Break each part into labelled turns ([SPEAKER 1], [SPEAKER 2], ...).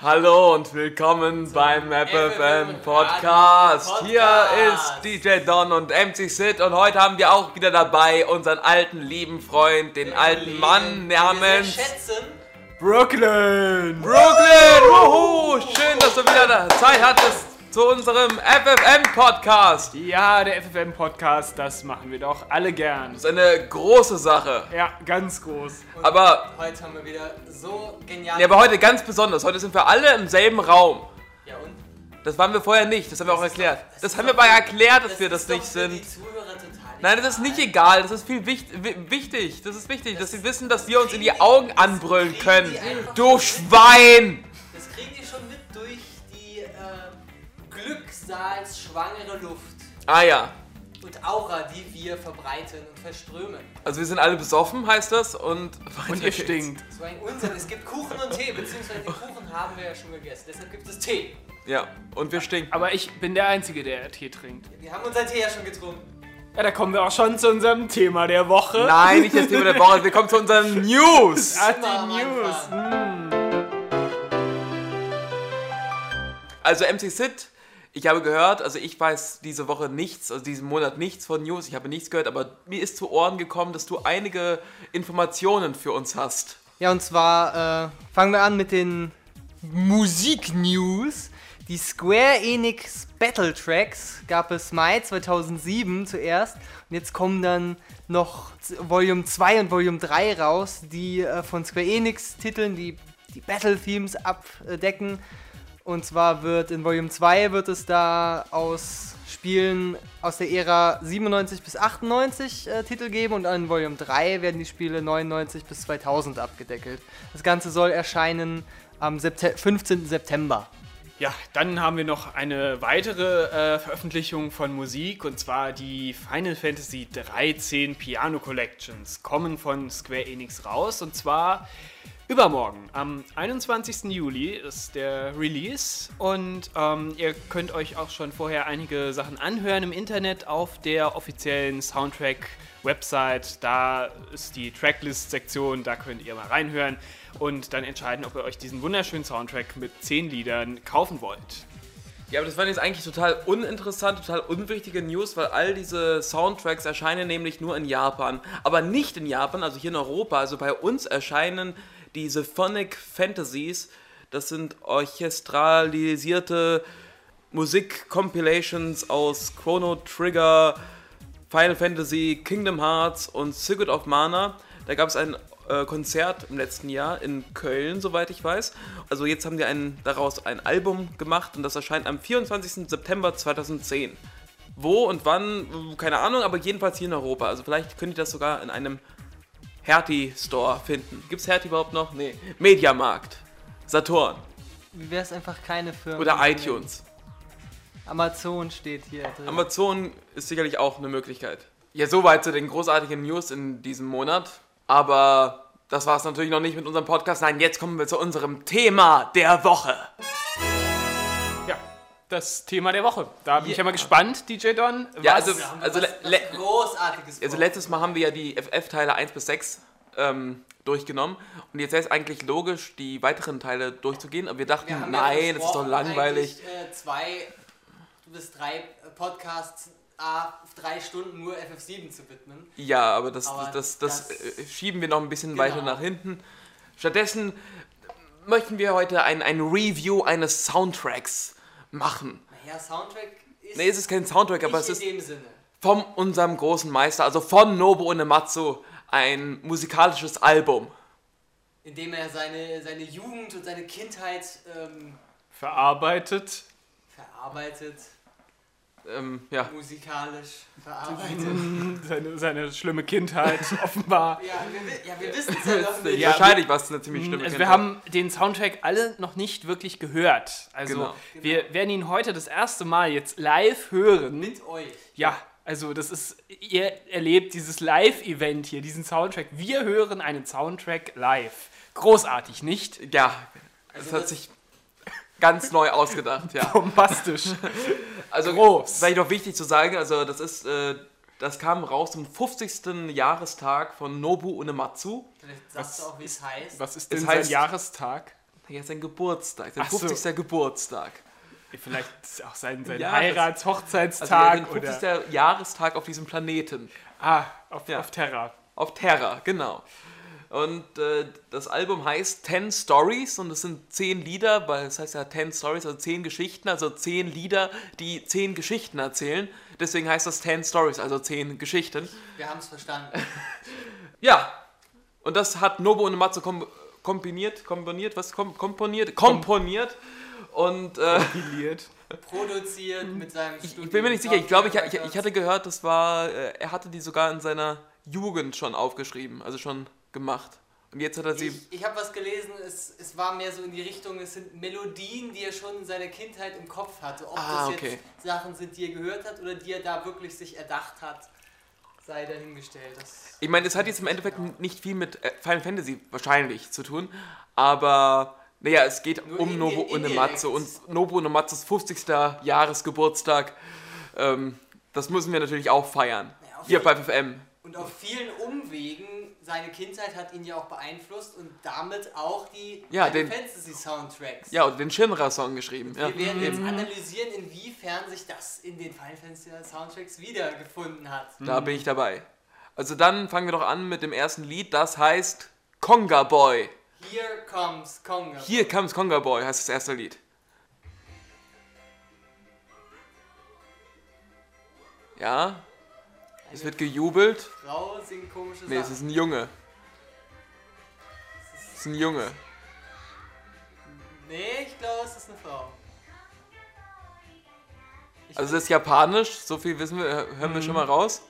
[SPEAKER 1] Hallo und willkommen beim MapFM Podcast. Hier ist DJ Don und MC Sid und heute haben wir auch wieder dabei unseren alten lieben Freund, den alten Mann namens
[SPEAKER 2] Schätzen.
[SPEAKER 1] Brooklyn. Brooklyn, wuhu! Schön, dass du wieder da- Zeit hattest zu unserem FFM Podcast.
[SPEAKER 3] Ja, der FFM-Podcast, das machen wir doch alle gern.
[SPEAKER 1] Das ist eine große Sache.
[SPEAKER 3] Ja, ganz groß.
[SPEAKER 2] Und
[SPEAKER 1] Aber-
[SPEAKER 2] heute haben wir wieder so genial.
[SPEAKER 1] Ja, aber heute ganz besonders. Heute sind wir alle im selben Raum.
[SPEAKER 2] Ja, und
[SPEAKER 1] Das waren wir vorher nicht, das haben wir auch
[SPEAKER 2] Das ist
[SPEAKER 1] erklärt.
[SPEAKER 2] doch- das
[SPEAKER 1] Das
[SPEAKER 2] ist
[SPEAKER 1] haben wir
[SPEAKER 2] doch-
[SPEAKER 1] aber erklärt, dass wir
[SPEAKER 2] ist
[SPEAKER 1] das
[SPEAKER 2] doch
[SPEAKER 1] nicht
[SPEAKER 2] für Die
[SPEAKER 1] sind.
[SPEAKER 2] Zuhörer total
[SPEAKER 1] Nein, das ist nicht egal, das ist viel wicht wi- wichtig. Das ist wichtig, dass sie wissen, dass wir uns in die Augen anbrüllen können. Du Schwein!
[SPEAKER 2] Das kriegen die schon mit durch die äh, Glücksals schwangere Luft
[SPEAKER 1] Ah ja.
[SPEAKER 2] und Aura, die wir verbreiten und verströmen.
[SPEAKER 1] Also wir sind alle besoffen, heißt das, und
[SPEAKER 3] Und ihr stinkt.
[SPEAKER 2] So ein Unsinn. Es gibt Kuchen und Tee, beziehungsweise den Kuchen haben wir ja schon gegessen. Deshalb gibt es Tee.
[SPEAKER 1] Ja, und wir stinken.
[SPEAKER 3] Aber ich bin der Einzige, der Tee trinkt.
[SPEAKER 2] Wir haben unseren Tee ja schon getrunken.
[SPEAKER 3] Ja, da kommen wir auch schon zu unserem Thema der Woche.
[SPEAKER 1] Nein, nicht das Thema der Woche. Wir kommen zu unseren News.
[SPEAKER 3] Ah,
[SPEAKER 2] Immer am
[SPEAKER 3] die News.
[SPEAKER 2] Anfang.
[SPEAKER 1] Also MC Sid, ich habe gehört, also ich weiß diese Woche nichts, also diesen Monat nichts von News. Ich habe nichts gehört, aber mir ist zu Ohren gekommen, dass du einige Informationen für uns hast.
[SPEAKER 4] Ja, und zwar äh, fangen wir an mit den Musik-News. Die Square Enix Battle Tracks gab es Mai 2007 zuerst. Und jetzt kommen dann noch Z- Volume 2 und Volume 3 raus, die äh, von Square Enix Titeln, die die Battle Themes abdecken. Und zwar wird in Volume 2 wird es da aus Spielen aus der Ära 97 bis 98 äh, Titel geben und in Volume 3 werden die Spiele 99 bis 2000 abgedeckelt. Das Ganze soll erscheinen am Septe 15. September.
[SPEAKER 3] Ja, dann haben wir noch eine weitere äh, Veröffentlichung von Musik und zwar die Final Fantasy 13 Piano Collections kommen von Square Enix raus und zwar übermorgen am 21. Juli ist der Release und ähm, ihr könnt euch auch schon vorher einige Sachen anhören im Internet auf der offiziellen Soundtrack Website, da ist die Tracklist-Sektion, da könnt ihr mal reinhören und dann entscheiden, ob ihr euch diesen wunderschönen Soundtrack mit 10 Liedern kaufen wollt.
[SPEAKER 1] Ja, aber das waren jetzt eigentlich total uninteressant, total unwichtige News, weil all diese Soundtracks erscheinen nämlich nur in Japan. Aber nicht in Japan, also hier in Europa. Also bei uns erscheinen die Symphonic Fantasies. Das sind orchestralisierte Musik-Compilations aus Chrono Trigger, Final Fantasy, Kingdom Hearts und Secret of Mana. Da gab es ein äh, Konzert im letzten Jahr in Köln, soweit ich weiß. Also jetzt haben die einen, daraus ein Album gemacht und das erscheint am 24. September 2010. Wo und wann, äh, keine Ahnung, aber jedenfalls hier in Europa. Also vielleicht könnt ihr das sogar in einem Hertie-Store finden. Gibt's Hertie überhaupt noch? Nee. Mediamarkt. Saturn.
[SPEAKER 4] Wie wäre es einfach keine Firma?
[SPEAKER 1] Oder iTunes.
[SPEAKER 4] Amazon steht hier drin.
[SPEAKER 1] Amazon ist sicherlich auch eine Möglichkeit. Ja, soweit zu den großartigen News in diesem Monat. Aber das war es natürlich noch nicht mit unserem Podcast. Nein, jetzt kommen wir zu unserem Thema der Woche.
[SPEAKER 3] Ja, das Thema der Woche. Da bin ich ja mal gespannt, DJ Don.
[SPEAKER 1] Ja,
[SPEAKER 3] was-
[SPEAKER 1] also,
[SPEAKER 2] Haben wir
[SPEAKER 1] also,
[SPEAKER 2] was,
[SPEAKER 1] le le-
[SPEAKER 2] was Großartiges.
[SPEAKER 1] also
[SPEAKER 2] vor.
[SPEAKER 1] letztes Mal haben wir ja die FF-Teile 1 bis 6 ähm, durchgenommen. Und jetzt wäre es eigentlich logisch, die weiteren Teile durchzugehen. Aber wir dachten,
[SPEAKER 2] Wir haben ja
[SPEAKER 1] nein, das ist doch
[SPEAKER 2] versprochen,
[SPEAKER 1] langweilig.
[SPEAKER 2] eigentlich, Äh, zwei bis drei äh, Podcasts, a drei Stunden nur FF7 zu widmen.
[SPEAKER 1] Ja, aber das,
[SPEAKER 2] Aber
[SPEAKER 1] das, das,
[SPEAKER 2] das-
[SPEAKER 1] äh, schieben wir noch ein bisschen
[SPEAKER 2] Genau.
[SPEAKER 1] weiter nach hinten. Stattdessen möchten wir heute ein, ein Review eines Soundtracks machen.
[SPEAKER 2] Naja, Soundtrack ist
[SPEAKER 1] Nee, es ist kein Soundtrack,
[SPEAKER 2] nicht
[SPEAKER 1] aber es
[SPEAKER 2] in
[SPEAKER 1] ist
[SPEAKER 2] dem Sinne.
[SPEAKER 1] von unserem großen Meister, also von Nobuo Uematsu, ein musikalisches Album.
[SPEAKER 2] Indem er seine, seine Jugend und seine Kindheit ähm,
[SPEAKER 3] verarbeitet.
[SPEAKER 2] verarbeitet,
[SPEAKER 1] Ähm, ja.
[SPEAKER 2] musikalisch verarbeitet.
[SPEAKER 3] Seine, seine schlimme Kindheit offenbar.
[SPEAKER 2] ja, wir, wi- ja, wir wissen es ja noch nicht.
[SPEAKER 3] Ja,
[SPEAKER 1] Wahrscheinlich war es eine ziemlich schlimme
[SPEAKER 3] Also
[SPEAKER 1] Kindheit.
[SPEAKER 3] wir haben den Soundtrack alle noch nicht wirklich gehört. Also
[SPEAKER 1] Genau.
[SPEAKER 3] wir werden ihn heute das erste Mal jetzt live hören.
[SPEAKER 2] Mit euch.
[SPEAKER 3] Ja, also das ist, ihr erlebt dieses Live-Event hier, diesen Soundtrack. Wir hören einen Soundtrack live. Großartig, nicht?
[SPEAKER 1] Ja, es hat
[SPEAKER 2] das-
[SPEAKER 1] sich ganz neu ausgedacht, ja.
[SPEAKER 3] Bombastisch.
[SPEAKER 1] Also
[SPEAKER 3] Groß.
[SPEAKER 1] Vielleicht noch wichtig zu sagen, also das ist, äh, das kam raus zum 50. Jahrestag von Nobu Uematsu.
[SPEAKER 2] Vielleicht sagst du auch, wie es heißt.
[SPEAKER 3] Was ist
[SPEAKER 1] Es
[SPEAKER 3] denn
[SPEAKER 1] heißt-
[SPEAKER 3] sein Jahrestag?
[SPEAKER 1] Ja, sein Geburtstag, sein
[SPEAKER 3] Ach so.
[SPEAKER 1] 50. Geburtstag.
[SPEAKER 3] Vielleicht ist auch sein, sein
[SPEAKER 1] Ja, das-
[SPEAKER 3] Heirats-,
[SPEAKER 1] Also
[SPEAKER 3] Hochzeitstag
[SPEAKER 1] sein 50.
[SPEAKER 3] oder.
[SPEAKER 1] Jahrestag auf diesem Planeten.
[SPEAKER 3] Ah, auf,
[SPEAKER 1] Ja.
[SPEAKER 3] auf Terra.
[SPEAKER 1] Auf Terra, genau. Und äh, das Album heißt 10 Stories und es sind 10 Lieder, weil es heißt ja 10 Stories, also 10 Geschichten, also 10 Lieder, die 10 Geschichten erzählen. Deswegen heißt das 10 Stories, also 10 Geschichten.
[SPEAKER 2] Wir haben es verstanden.
[SPEAKER 1] Ja, und das hat Nobu und Matze kom kombiniert, kombiniert, was? Kom komponiert? Komponiert. Und äh,
[SPEAKER 3] Biliert.
[SPEAKER 2] Produziert mit seinem
[SPEAKER 1] Mhm. ich,
[SPEAKER 2] Studio.
[SPEAKER 1] ich bin mir nicht sicher, ich glaube, ich, ich, ich
[SPEAKER 2] hatte
[SPEAKER 1] hatte gehört, das war, äh, er hatte die sogar in seiner Jugend schon aufgeschrieben, also schon gemacht. Und jetzt hat er sie.
[SPEAKER 2] Ich, ich habe was gelesen, es, es war mehr so in die Richtung, es sind Melodien, die er schon in seiner Kindheit im Kopf hatte. Ob
[SPEAKER 1] Ah,
[SPEAKER 2] das
[SPEAKER 1] okay.
[SPEAKER 2] jetzt Sachen sind, die er gehört hat oder die er da wirklich sich erdacht hat, sei dahingestellt. Das
[SPEAKER 1] Ich meine, es hat jetzt im Endeffekt n- nicht viel mit äh, Final Fantasy wahrscheinlich zu tun, aber naja, es geht
[SPEAKER 2] Nur
[SPEAKER 1] um
[SPEAKER 2] indi-
[SPEAKER 1] Nobu und
[SPEAKER 2] indirekt.
[SPEAKER 1] Matze und Nobu und Matzes 50. Jahresgeburtstag. Ähm, das müssen wir natürlich auch feiern.
[SPEAKER 2] Ja, auf
[SPEAKER 1] Hier
[SPEAKER 2] jeden-
[SPEAKER 1] bei FFM.
[SPEAKER 2] und auf vielen Umwegen, seine Kindheit hat ihn ja auch beeinflusst und damit auch die
[SPEAKER 1] Ja,
[SPEAKER 2] Final
[SPEAKER 1] den-
[SPEAKER 2] Fantasy Soundtracks.
[SPEAKER 1] Ja, und den Shinra-Song geschrieben. Ja. Mhm.
[SPEAKER 2] Wir werden jetzt analysieren, inwiefern sich das in den Final Fantasy Soundtracks wiedergefunden hat.
[SPEAKER 1] Da bin ich dabei. Also dann fangen wir doch an mit dem ersten Lied, das heißt Conga Boy.
[SPEAKER 2] Here comes Konga.
[SPEAKER 1] Hier comes Conga Boy heißt das erste Lied. Ja, es wird gejubelt.
[SPEAKER 2] Frau singt komische
[SPEAKER 1] Nee, es
[SPEAKER 2] Sachen.
[SPEAKER 1] ist ein Junge. Es ist ein Junge.
[SPEAKER 2] Nee, ich glaube, es ist eine Frau. Ich
[SPEAKER 1] Also es ist japanisch, so viel wissen wir, äh, hören wir schon mal raus.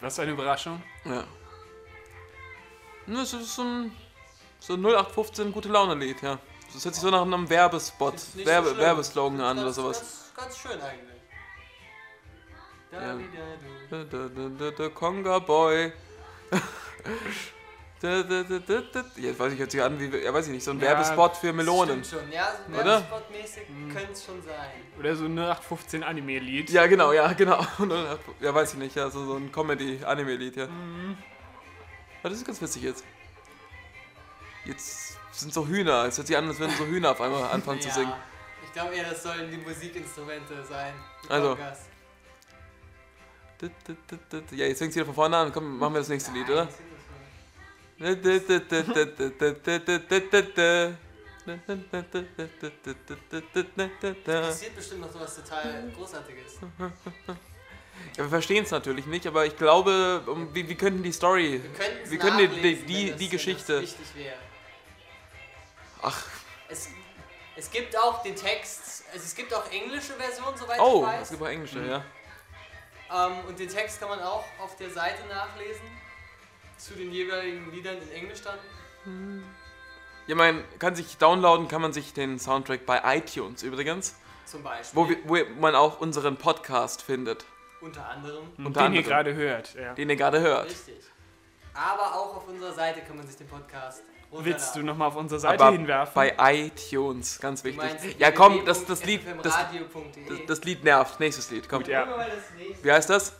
[SPEAKER 3] Was für eine Überraschung.
[SPEAKER 1] Ja. Ne, Es ist so ein, so ein 0815 gute Laune-Lied, ja. Das hört sich so nach einem Werbespot,
[SPEAKER 2] find's nicht so
[SPEAKER 1] Werbe,
[SPEAKER 2] schlimm.
[SPEAKER 1] Werbeslogan an oder
[SPEAKER 2] Ganz-
[SPEAKER 1] sowas.
[SPEAKER 2] Ganz, ganz schön eigentlich. Da,
[SPEAKER 1] Ja.
[SPEAKER 2] da, da,
[SPEAKER 1] Da, da, da, da, da, Conga Boy. da, da, da, da, da. Jetzt weiß ich, hört sich an wie, ja weiß ich nicht, so ein
[SPEAKER 3] Ja,
[SPEAKER 1] Werbespot für Melonen.
[SPEAKER 2] Stimmt schon, ja, so
[SPEAKER 1] Oder? Mhm.
[SPEAKER 2] Werbespotmäßig könnte es schon sein.
[SPEAKER 3] Oder so ein 0815 Anime-Lied.
[SPEAKER 1] Ja, genau, ja, genau. Und dann hat- Ja, weiß ich nicht, ja, so, so ein Comedy-Anime-Lied, ja.
[SPEAKER 2] Mhm.
[SPEAKER 1] Aber das ist ganz witzig jetzt. Jetzt sind so Hühner, es hört sich an, als würden so Hühner auf einmal anfangen zu
[SPEAKER 2] Ja.
[SPEAKER 1] singen.
[SPEAKER 2] Ich glaube eher, das sollen die Musikinstrumente sein. Die
[SPEAKER 1] Also.
[SPEAKER 2] Congas.
[SPEAKER 1] Dit, dit, dit, dit. Ja, jetzt fängt es wieder von vorne an. Komm, machen wir das nächste Lied, oder?
[SPEAKER 2] Nein, das ist nicht so.
[SPEAKER 1] Dit, dit, dit, dit, dit, dit, dit, dit, dit, dit, dit, dit. Dit, dit, dit, dit, dit, dit, dit, dit, dit, dit, dit, dit.
[SPEAKER 2] Passiert bestimmt noch sowas total Großartiges.
[SPEAKER 1] Ja, wir verstehen es natürlich nicht, aber ich glaube, um, wir, wir könnten die Story.
[SPEAKER 2] Wir, könnten's
[SPEAKER 1] Wir können die-
[SPEAKER 2] nachlesen,
[SPEAKER 1] die-
[SPEAKER 2] wenn
[SPEAKER 1] die-
[SPEAKER 2] das-
[SPEAKER 1] die
[SPEAKER 2] wenn
[SPEAKER 1] Geschichte-
[SPEAKER 2] Das wichtig wäre.
[SPEAKER 1] Ach,
[SPEAKER 2] Es, es gibt auch den Text, also es gibt auch englische Versionen, soweit ich
[SPEAKER 1] oh, es
[SPEAKER 2] weiß.
[SPEAKER 1] gibt auch Englische, ja.
[SPEAKER 2] Ähm, und den Text kann man auch auf der Seite nachlesen. Zu den jeweiligen Liedern in Englisch dann.
[SPEAKER 1] Ja, man kann sich downloaden, kann man sich den Soundtrack bei iTunes übrigens,
[SPEAKER 2] Zum Beispiel.
[SPEAKER 1] wo, wir, wo man auch unseren Podcast findet,
[SPEAKER 2] Unter anderem.
[SPEAKER 3] Und den
[SPEAKER 1] Unter
[SPEAKER 3] ihr
[SPEAKER 1] anderem.
[SPEAKER 3] gerade hört. Ja.
[SPEAKER 1] den ihr gerade hört.
[SPEAKER 2] Richtig. Aber auch auf unserer Seite kann man sich den Podcast
[SPEAKER 3] Willst du
[SPEAKER 2] runterladen.
[SPEAKER 3] nochmal auf unsere Seite
[SPEAKER 1] Aber
[SPEAKER 3] hinwerfen?
[SPEAKER 1] Bei iTunes, ganz
[SPEAKER 2] Du meinst
[SPEAKER 1] wichtig. Ja, komm, das, das, Lied, das,
[SPEAKER 2] www.ffmradio.de.
[SPEAKER 1] das, das Lied nervt. Nächstes Lied, komm.
[SPEAKER 3] Gut, ja.
[SPEAKER 2] Gucken wir mal das nächste.
[SPEAKER 1] Wie heißt das?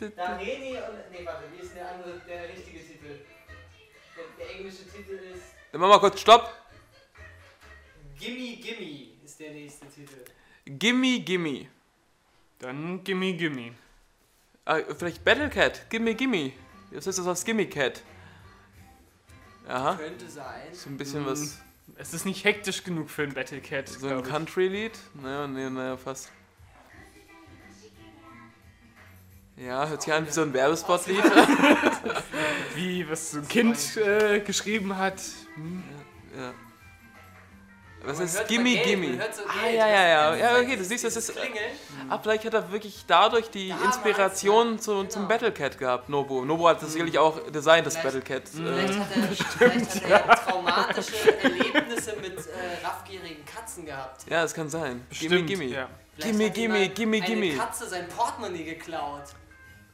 [SPEAKER 2] Ähm, da Reni und. Nee, warte, wie ist der andere, der richtige Titel? Der, der englische Titel ist.
[SPEAKER 1] Dann machen wir kurz Stopp.
[SPEAKER 2] Gimme Gimme ist der nächste Titel.
[SPEAKER 1] Gimme, gimme.
[SPEAKER 3] Dann gimme, gimme.
[SPEAKER 1] Ah, vielleicht Battle Cat. Gimme, gimme. Jetzt ist das aus Gimme Cat. Aha.
[SPEAKER 2] Könnte sein.
[SPEAKER 1] So ein bisschen
[SPEAKER 2] Hm,
[SPEAKER 1] was.
[SPEAKER 3] Es ist nicht hektisch genug für ein Battle Cat.
[SPEAKER 1] So ein
[SPEAKER 3] glaub ich.
[SPEAKER 1] Country-Lied. Naja, nee, naja, fast. Ja, hört sich an wie so ein Werbespot-Lied.
[SPEAKER 3] Wie, was so ein Kind äh, geschrieben hat. Hm.
[SPEAKER 1] Ja. Was
[SPEAKER 2] Man
[SPEAKER 1] ist
[SPEAKER 2] hört
[SPEAKER 1] Gimme
[SPEAKER 2] Geld, man
[SPEAKER 1] Gimme?
[SPEAKER 2] hört so
[SPEAKER 1] Ah,
[SPEAKER 2] Geld,
[SPEAKER 1] ja,
[SPEAKER 2] das
[SPEAKER 1] ja,
[SPEAKER 2] ist
[SPEAKER 1] ja.
[SPEAKER 2] halt ganz
[SPEAKER 1] Ja,
[SPEAKER 2] fein,
[SPEAKER 1] okay, du siehst, das
[SPEAKER 2] dieses
[SPEAKER 1] ist-
[SPEAKER 2] Klingeln.
[SPEAKER 1] Ah, vielleicht hat er wirklich dadurch die
[SPEAKER 2] Damals,
[SPEAKER 1] Inspiration
[SPEAKER 2] ja.
[SPEAKER 1] zu, zum
[SPEAKER 2] Genau. Mhm.
[SPEAKER 1] Battle Cat gehabt, Nobu. Nobu hat das sicherlich auch designt, das Battle
[SPEAKER 2] Vielleicht-
[SPEAKER 1] Cat. Äh,
[SPEAKER 2] Vielleicht hat er, vielleicht hat er ja traumatische Erlebnisse mit äh, raffgierigen Katzen gehabt.
[SPEAKER 1] ja, das kann sein. Gimme,
[SPEAKER 3] Stimmt,
[SPEAKER 1] gimme.
[SPEAKER 3] Ja.
[SPEAKER 2] Vielleicht
[SPEAKER 1] Gimme,
[SPEAKER 2] hat ihm
[SPEAKER 1] gimme,
[SPEAKER 2] mal
[SPEAKER 1] gimme,
[SPEAKER 2] eine
[SPEAKER 1] gimme.
[SPEAKER 2] Katze sein Portemonnaie geklaut.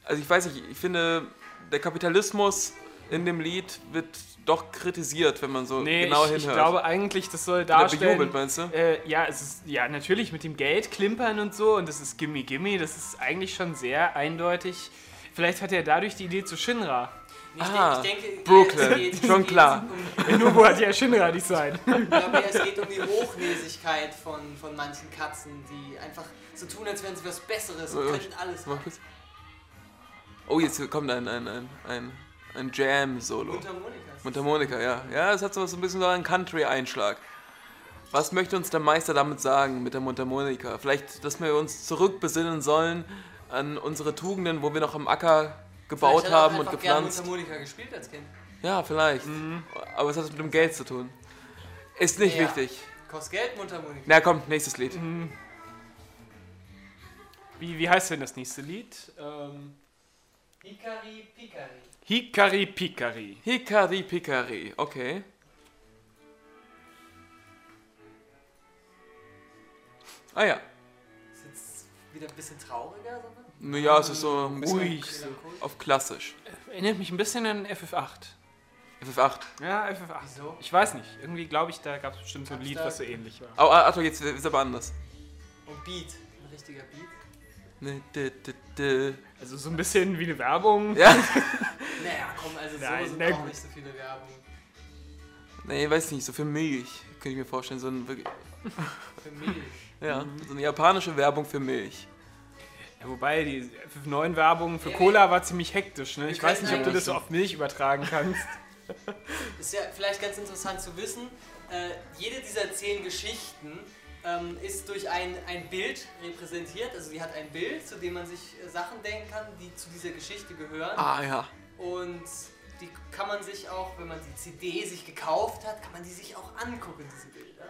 [SPEAKER 1] Also ich weiß nicht, ich finde, der Kapitalismus in dem Lied wird doch kritisiert, wenn man so
[SPEAKER 3] Nee,
[SPEAKER 1] genau
[SPEAKER 3] ich,
[SPEAKER 1] hinhört.
[SPEAKER 3] ich glaube eigentlich, das soll
[SPEAKER 1] Wird er
[SPEAKER 3] darstellen...
[SPEAKER 1] bejubelt, meinst du?
[SPEAKER 3] Äh, ja, es ist, ja, natürlich mit dem Geld klimpern und so und das ist Gimme Gimme, das ist eigentlich schon sehr eindeutig. Vielleicht hat er dadurch die Idee zu Shinra.
[SPEAKER 2] Nee, ich,
[SPEAKER 1] Ah,
[SPEAKER 2] denke, ich denke,
[SPEAKER 1] Brooklyn.
[SPEAKER 2] es geht- es
[SPEAKER 1] Schon
[SPEAKER 2] geht
[SPEAKER 1] klar.
[SPEAKER 2] Um,
[SPEAKER 3] Nubo hat ja Shinra nicht sein.
[SPEAKER 2] ich glaube, eher, es geht um die Hochnäsigkeit von, von manchen Katzen, die einfach so tun, als wären sie was Besseres und
[SPEAKER 1] Oh,
[SPEAKER 2] könnten alles.
[SPEAKER 1] Mal kurz. Oh, jetzt kommt ein, ein, ein, ein, ein Jam-Solo.
[SPEAKER 2] Mundharmonika.
[SPEAKER 1] Mundharmonika, ja. Ja, es hat so was- so ein bisschen so einen Country-Einschlag. Was möchte uns der Meister damit sagen mit der Mundharmonika? Vielleicht, dass wir uns zurückbesinnen sollen an unsere Tugenden, wo wir noch am Acker gebaut
[SPEAKER 2] Vielleicht hat er auch
[SPEAKER 1] haben und
[SPEAKER 2] einfach
[SPEAKER 1] gepflanzt.
[SPEAKER 2] Gern Mundharmonika gespielt als Kind.
[SPEAKER 1] Ja, vielleicht. Aber es hat was mit dem Geld zu tun. Ist nicht
[SPEAKER 2] Mhm. Ja. Mhm.
[SPEAKER 1] wichtig.
[SPEAKER 2] Kostet Geld, Mundharmonika.
[SPEAKER 1] Na komm, nächstes Lied.
[SPEAKER 3] Wie, wie heißt denn das nächste Lied? Ähm,
[SPEAKER 2] Hikari Pikari.
[SPEAKER 3] Hikari Pikari.
[SPEAKER 1] Hikari Pikari, okay. Ah ja.
[SPEAKER 2] Ist jetzt wieder ein bisschen trauriger, sondern
[SPEAKER 1] Naja, es ist so ein bisschen
[SPEAKER 3] Ruhig.
[SPEAKER 2] melancholisch.
[SPEAKER 1] auf klassisch.
[SPEAKER 3] Erinnert mich ein bisschen an FF8.
[SPEAKER 1] FF8.
[SPEAKER 3] Ja, FF8.
[SPEAKER 2] Wieso?
[SPEAKER 3] Ich weiß nicht. Irgendwie glaube ich, da gab es bestimmt so ein
[SPEAKER 2] Gab's
[SPEAKER 3] Lied,
[SPEAKER 2] da-
[SPEAKER 3] was so ähnlich war.
[SPEAKER 1] Oh, ah, Achtung, jetzt ist aber anders.
[SPEAKER 2] Und Beat. Ein richtiger Beat.
[SPEAKER 1] Ne, de, de, de.
[SPEAKER 3] Also so ein bisschen wie eine Werbung.
[SPEAKER 1] Ja,
[SPEAKER 2] Naja, komm, also
[SPEAKER 3] Nein,
[SPEAKER 2] so sind
[SPEAKER 3] na
[SPEAKER 2] auch
[SPEAKER 3] gut.
[SPEAKER 2] nicht so viele Werbung.
[SPEAKER 1] nee, weiß nicht, so für Milch, könnte ich mir vorstellen. So ein, wirklich-
[SPEAKER 2] Für Milch.
[SPEAKER 1] ja, so eine japanische Werbung für Milch.
[SPEAKER 3] Ja, wobei die FF9-Werbung für
[SPEAKER 2] Ja,
[SPEAKER 3] Cola war ziemlich hektisch. Ne? Ich
[SPEAKER 2] können
[SPEAKER 3] weiß nicht, ob du
[SPEAKER 1] eigentlich-
[SPEAKER 3] das so auf Milch übertragen kannst.
[SPEAKER 2] Ist ja vielleicht ganz interessant zu wissen, äh, jede dieser zehn Geschichten ähm, ist durch ein, ein Bild repräsentiert. Also sie hat ein Bild, zu dem man sich äh, Sachen denken kann, die zu dieser Geschichte gehören.
[SPEAKER 1] Ah ja.
[SPEAKER 2] Und die kann man sich auch, wenn man die CD sich gekauft hat, kann man die sich auch angucken, diese Bilder.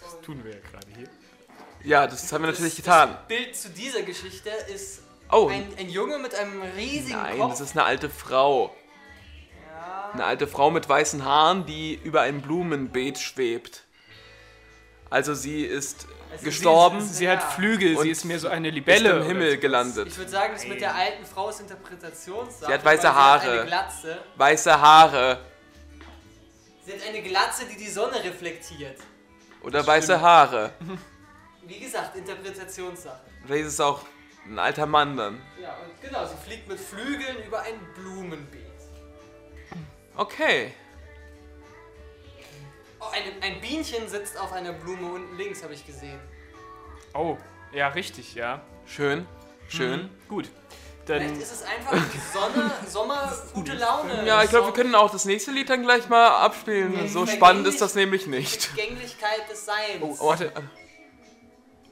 [SPEAKER 3] Das tun wir ja gerade hier.
[SPEAKER 1] Ja, das haben wir natürlich
[SPEAKER 2] Das-
[SPEAKER 1] getan.
[SPEAKER 2] Das Bild zu dieser Geschichte ist
[SPEAKER 1] Oh,
[SPEAKER 2] ein, ein Junge mit einem riesigen
[SPEAKER 1] nein,
[SPEAKER 2] Kopf.
[SPEAKER 1] das ist eine alte Frau.
[SPEAKER 2] ja,
[SPEAKER 1] Eine alte Frau mit weißen Haaren, die über ein Blumenbeet schwebt. Also sie ist
[SPEAKER 2] Also sie
[SPEAKER 1] gestorben
[SPEAKER 2] ist-
[SPEAKER 3] Sie hat
[SPEAKER 2] Ja.
[SPEAKER 3] Flügel,
[SPEAKER 1] Und
[SPEAKER 3] sie ist mehr so eine
[SPEAKER 1] ist
[SPEAKER 3] Libelle.
[SPEAKER 1] im Himmel
[SPEAKER 2] ich
[SPEAKER 1] gelandet.
[SPEAKER 2] würde sagen, das mit
[SPEAKER 3] Nein.
[SPEAKER 2] der alten Frau ist Interpretationssache.
[SPEAKER 1] Sie hat weiße
[SPEAKER 2] weil sie
[SPEAKER 1] Haare.
[SPEAKER 2] Eine Glatze.
[SPEAKER 1] Weiße Haare
[SPEAKER 2] Sie hat eine Glatze, die die Sonne reflektiert.
[SPEAKER 1] oder weiße Haare.
[SPEAKER 2] Wie gesagt, Interpretationssache.
[SPEAKER 1] Vielleicht ist es auch ein alter Mann dann.
[SPEAKER 2] Ja, und genau, sie fliegt mit Flügeln über ein Blumenbeet.
[SPEAKER 1] Okay.
[SPEAKER 2] Oh, ein, ein Bienchen sitzt auf einer Blume unten links, habe ich gesehen.
[SPEAKER 3] Oh, ja, richtig, ja.
[SPEAKER 1] Schön. Schön.
[SPEAKER 3] Mhm, Gut.
[SPEAKER 1] Ähm.
[SPEAKER 2] Vielleicht
[SPEAKER 3] Dann
[SPEAKER 2] ist es einfach Sonne, Sommer, gute Laune.
[SPEAKER 1] Ja, ich glaube, wir
[SPEAKER 2] Song.
[SPEAKER 1] können auch das nächste Lied dann gleich mal abspielen.
[SPEAKER 2] Nee,
[SPEAKER 1] so
[SPEAKER 2] ich
[SPEAKER 1] spannend
[SPEAKER 2] vergeh
[SPEAKER 1] ist das nämlich nicht.
[SPEAKER 2] Gänglichkeit des Seins.
[SPEAKER 1] Oh, warte.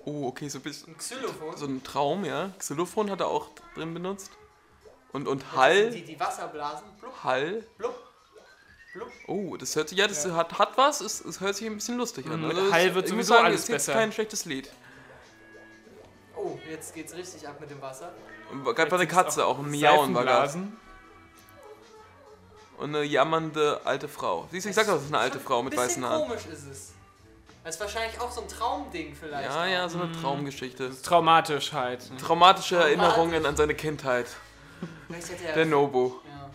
[SPEAKER 1] Oh, okay, so ein bisschen.
[SPEAKER 2] Ein Xylophon.
[SPEAKER 1] So ein Traum, ja. Xylophon hat er auch drin benutzt. Und, und
[SPEAKER 2] Das sind
[SPEAKER 1] Hall.
[SPEAKER 2] Die, die Wasserblasen. Blub,
[SPEAKER 1] Hall.
[SPEAKER 2] blub, blub.
[SPEAKER 1] Oh, das hört sich, ja, das Hat, hat was, es, es hört sich ein bisschen lustig an.
[SPEAKER 3] Mhm,
[SPEAKER 1] Also
[SPEAKER 3] mit
[SPEAKER 1] es-
[SPEAKER 3] Hall wird
[SPEAKER 1] ich muss
[SPEAKER 3] sowieso alles
[SPEAKER 1] es ist jetzt
[SPEAKER 3] besser.
[SPEAKER 1] kein schlechtes Lied.
[SPEAKER 2] Oh, jetzt geht's richtig ab mit dem Wasser.
[SPEAKER 1] Und Gerade war eine
[SPEAKER 3] singst
[SPEAKER 1] Katze, auch ein Miauen war da.
[SPEAKER 3] Seifenblasen.
[SPEAKER 1] Und eine jammernde alte Frau. Siehst du, ich sag doch, das ist eine alte
[SPEAKER 2] Schon
[SPEAKER 1] Frau mit
[SPEAKER 2] bisschen
[SPEAKER 1] weißen Haaren.
[SPEAKER 2] komisch ist es. Das ist wahrscheinlich auch so ein Traumding vielleicht.
[SPEAKER 1] Ja, ja, so eine Traumgeschichte.
[SPEAKER 3] Traumatisch halt. ne?
[SPEAKER 1] Traumatische
[SPEAKER 2] Traumatisch.
[SPEAKER 1] Erinnerungen an seine Kindheit.
[SPEAKER 2] Vielleicht hat er...
[SPEAKER 1] Der Nobu.
[SPEAKER 2] ja.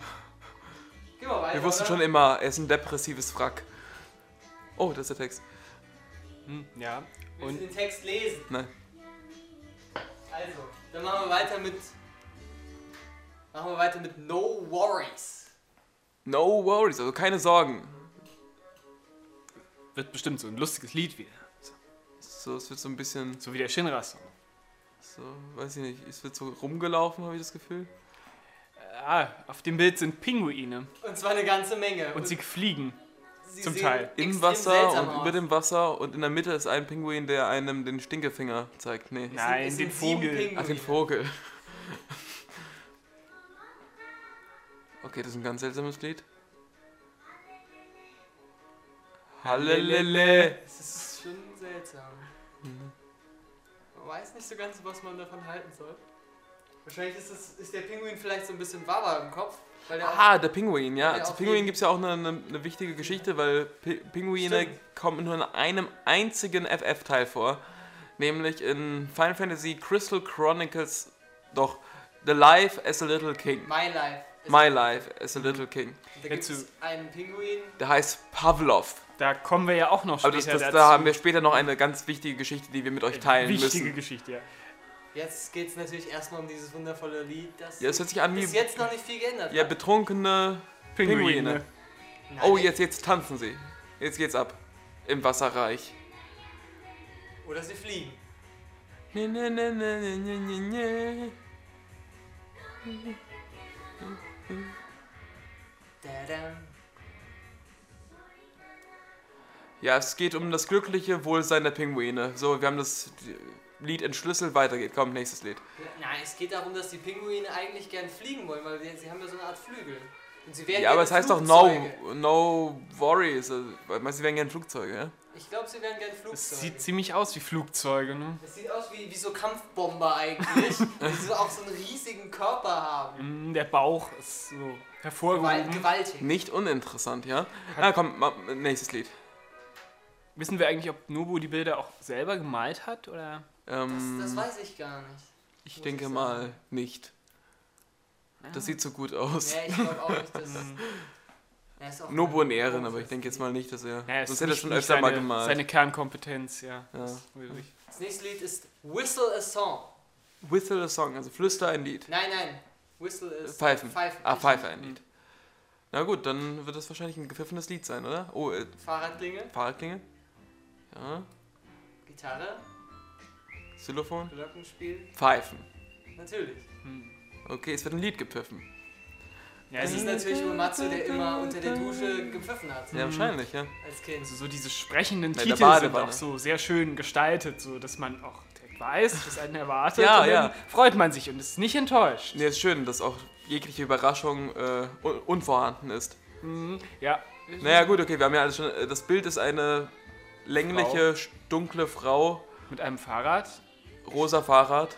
[SPEAKER 2] Geh mal weiter,
[SPEAKER 1] Wir wussten
[SPEAKER 2] oder?
[SPEAKER 1] schon immer, er ist ein depressives Wrack. Oh, das ist der Text.
[SPEAKER 3] Hm, Ja.
[SPEAKER 2] Willst
[SPEAKER 3] Und
[SPEAKER 2] du den Text lesen?
[SPEAKER 1] Nein.
[SPEAKER 2] Also, dann machen wir weiter mit... Machen wir weiter mit No Worries.
[SPEAKER 1] No worries, also keine Sorgen.
[SPEAKER 3] wird bestimmt so ein lustiges Lied wieder.
[SPEAKER 1] So, es wird so ein bisschen,
[SPEAKER 3] So wie der Shinra-Song.
[SPEAKER 1] so, weiß ich nicht, es wird so rumgelaufen, habe ich das Gefühl.
[SPEAKER 3] Ah, auf dem Bild sind Pinguine
[SPEAKER 2] Und zwar eine ganze Menge.
[SPEAKER 3] und sie fliegen.
[SPEAKER 2] sie
[SPEAKER 3] zum
[SPEAKER 2] sehen
[SPEAKER 3] Teil.
[SPEAKER 1] Im
[SPEAKER 2] extrem
[SPEAKER 1] Wasser
[SPEAKER 2] seltsam
[SPEAKER 1] und
[SPEAKER 2] aus.
[SPEAKER 1] über dem Wasser und in der Mitte ist ein Pinguin, der einem den Stinkefinger zeigt. Nee,
[SPEAKER 2] Es sind-
[SPEAKER 3] Nein,
[SPEAKER 2] es
[SPEAKER 3] den
[SPEAKER 2] sind sieben
[SPEAKER 3] Vogel.
[SPEAKER 2] Pinguine.
[SPEAKER 1] ach, den Vogel. Okay, das ist ein ganz seltsames Lied. Hallelele.
[SPEAKER 2] Das ist schon seltsam.
[SPEAKER 1] Mhm.
[SPEAKER 2] Man weiß nicht so ganz, was man davon halten soll. Wahrscheinlich ist, es, ist der Pinguin vielleicht so ein bisschen wawa im Kopf, weil der
[SPEAKER 1] Ah, der Pinguin, ja.
[SPEAKER 2] Ja,
[SPEAKER 1] Zu
[SPEAKER 2] auf
[SPEAKER 1] Pinguin
[SPEAKER 2] jeden-
[SPEAKER 1] gibt es ja auch eine, eine, eine wichtige Geschichte, weil Pi- Pinguine
[SPEAKER 2] Stimmt.
[SPEAKER 1] kommen nur in einem einzigen FF-Teil vor. Nämlich in Final Fantasy Crystal Chronicles, doch, The Life as a Little King.
[SPEAKER 2] My Life ist.
[SPEAKER 1] My Life as a Little King.
[SPEAKER 2] Da gibt es einen Pinguin.
[SPEAKER 1] Der heißt Pavlov.
[SPEAKER 3] Da kommen wir ja auch noch
[SPEAKER 1] Aber das,
[SPEAKER 3] später
[SPEAKER 1] das,
[SPEAKER 3] dazu.
[SPEAKER 1] da haben wir später noch eine ganz wichtige Geschichte, die wir mit euch teilen
[SPEAKER 3] Wichtige
[SPEAKER 1] müssen.
[SPEAKER 3] Geschichte, ja.
[SPEAKER 2] Jetzt geht es natürlich erstmal um dieses wundervolle Lied, das
[SPEAKER 1] Ja, es hört sich an
[SPEAKER 2] bis
[SPEAKER 1] wie
[SPEAKER 2] jetzt noch nicht viel geändert
[SPEAKER 1] ja,
[SPEAKER 2] hat.
[SPEAKER 1] betrunkene Pinguine.
[SPEAKER 2] Nein.
[SPEAKER 1] Oh, jetzt, jetzt tanzen sie. Jetzt geht's ab. Im Wasserreich.
[SPEAKER 2] Oder sie fliegen.
[SPEAKER 1] Ne, ne, ne, ne, ne, ne, ne, ne.
[SPEAKER 2] Dadam.
[SPEAKER 1] Ja, es geht um das glückliche Wohlsein der Pinguine. So, wir haben das Lied entschlüsselt. Weiter geht. Komm, nächstes Lied.
[SPEAKER 2] Nein, es geht darum, dass die Pinguine eigentlich gern fliegen wollen, weil sie, sie haben ja so eine Art Flügel. Und sie werden
[SPEAKER 1] Ja, aber
[SPEAKER 2] gerne
[SPEAKER 1] es heißt doch No,
[SPEAKER 2] Flugzeuge.
[SPEAKER 1] no Worries. Also, weil meinst du, sie wären gerne Flugzeuge, ja?
[SPEAKER 2] Ich glaube, sie werden gern
[SPEAKER 3] Es
[SPEAKER 2] Flugzeuge.
[SPEAKER 3] sieht ziemlich aus wie Flugzeuge, ne?
[SPEAKER 2] Das sieht aus wie, wie so Kampfbomber eigentlich, die so auch so einen riesigen Körper haben.
[SPEAKER 3] Mm, Der Bauch ist so
[SPEAKER 2] Gewalt,
[SPEAKER 3] hervorgehoben.
[SPEAKER 2] gewaltig.
[SPEAKER 1] Nicht uninteressant, ja? Na komm, ma- nächstes Lied.
[SPEAKER 3] Wissen wir eigentlich, ob Nobu die Bilder auch selber gemalt hat? Oder?
[SPEAKER 1] Ähm,
[SPEAKER 2] Das, das weiß ich gar nicht.
[SPEAKER 1] ich
[SPEAKER 2] muss
[SPEAKER 1] denke
[SPEAKER 2] ich sagen.
[SPEAKER 1] mal nicht. Das sieht so gut aus.
[SPEAKER 2] Nee, ich glaube auch nicht, dass. Ja, ist auch
[SPEAKER 1] Nobu in Ehren, aber ich denke jetzt mal nicht, dass er.
[SPEAKER 3] Naja, es
[SPEAKER 1] sonst
[SPEAKER 3] ist
[SPEAKER 1] hätte er
[SPEAKER 3] nicht-
[SPEAKER 1] schon
[SPEAKER 3] nicht
[SPEAKER 1] öfter
[SPEAKER 3] seine,
[SPEAKER 1] mal gemalt.
[SPEAKER 3] Seine Kernkompetenz, ja.
[SPEAKER 1] Ja.
[SPEAKER 3] Das ist wirklich-
[SPEAKER 2] Das nächste Lied ist Whistle a Song.
[SPEAKER 1] Whistle a song, also flüster ein Lied.
[SPEAKER 2] Nein, nein. Whistle ist.
[SPEAKER 1] Pfeifen.
[SPEAKER 2] Pfeifen.
[SPEAKER 1] Ah, pfeife
[SPEAKER 2] Mhm.
[SPEAKER 1] ein Lied. Na gut, dann wird das wahrscheinlich ein gepfiffenes Lied sein, oder? Oh, äh,
[SPEAKER 2] Fahrradklinge,
[SPEAKER 1] Fahrradklinge. Ja,
[SPEAKER 2] Gitarre,
[SPEAKER 1] Xylophon.
[SPEAKER 2] Glockenspiel.
[SPEAKER 1] Pfeifen.
[SPEAKER 2] Natürlich.
[SPEAKER 1] Okay, es wird ein Lied gepfiffen.
[SPEAKER 3] Hm. Ja,
[SPEAKER 2] Das
[SPEAKER 3] es
[SPEAKER 2] ist
[SPEAKER 3] ist
[SPEAKER 2] natürlich Uematsu, der immer unter der Dusche gepfiffen hat.
[SPEAKER 1] Ja, wahrscheinlich, ja.
[SPEAKER 2] Als Kind.
[SPEAKER 3] also so diese sprechenden
[SPEAKER 1] der
[SPEAKER 3] Titel sind
[SPEAKER 1] Badewanne.
[SPEAKER 3] auch so sehr schön gestaltet, so dass man auch direkt weiß, was einen erwartet.
[SPEAKER 1] Ja,
[SPEAKER 3] und
[SPEAKER 1] ja.
[SPEAKER 3] dann freut man sich und ist nicht enttäuscht.
[SPEAKER 1] Nee, ist schön, dass auch jegliche Überraschung äh, un unvorhanden ist.
[SPEAKER 3] Mhm, Ja.
[SPEAKER 1] Naja, gut, okay, wir haben ja alles schon. äh, Das Bild ist eine längliche, sch- dunkle Frau,
[SPEAKER 3] Mit einem Fahrrad.
[SPEAKER 1] rosa Fahrrad.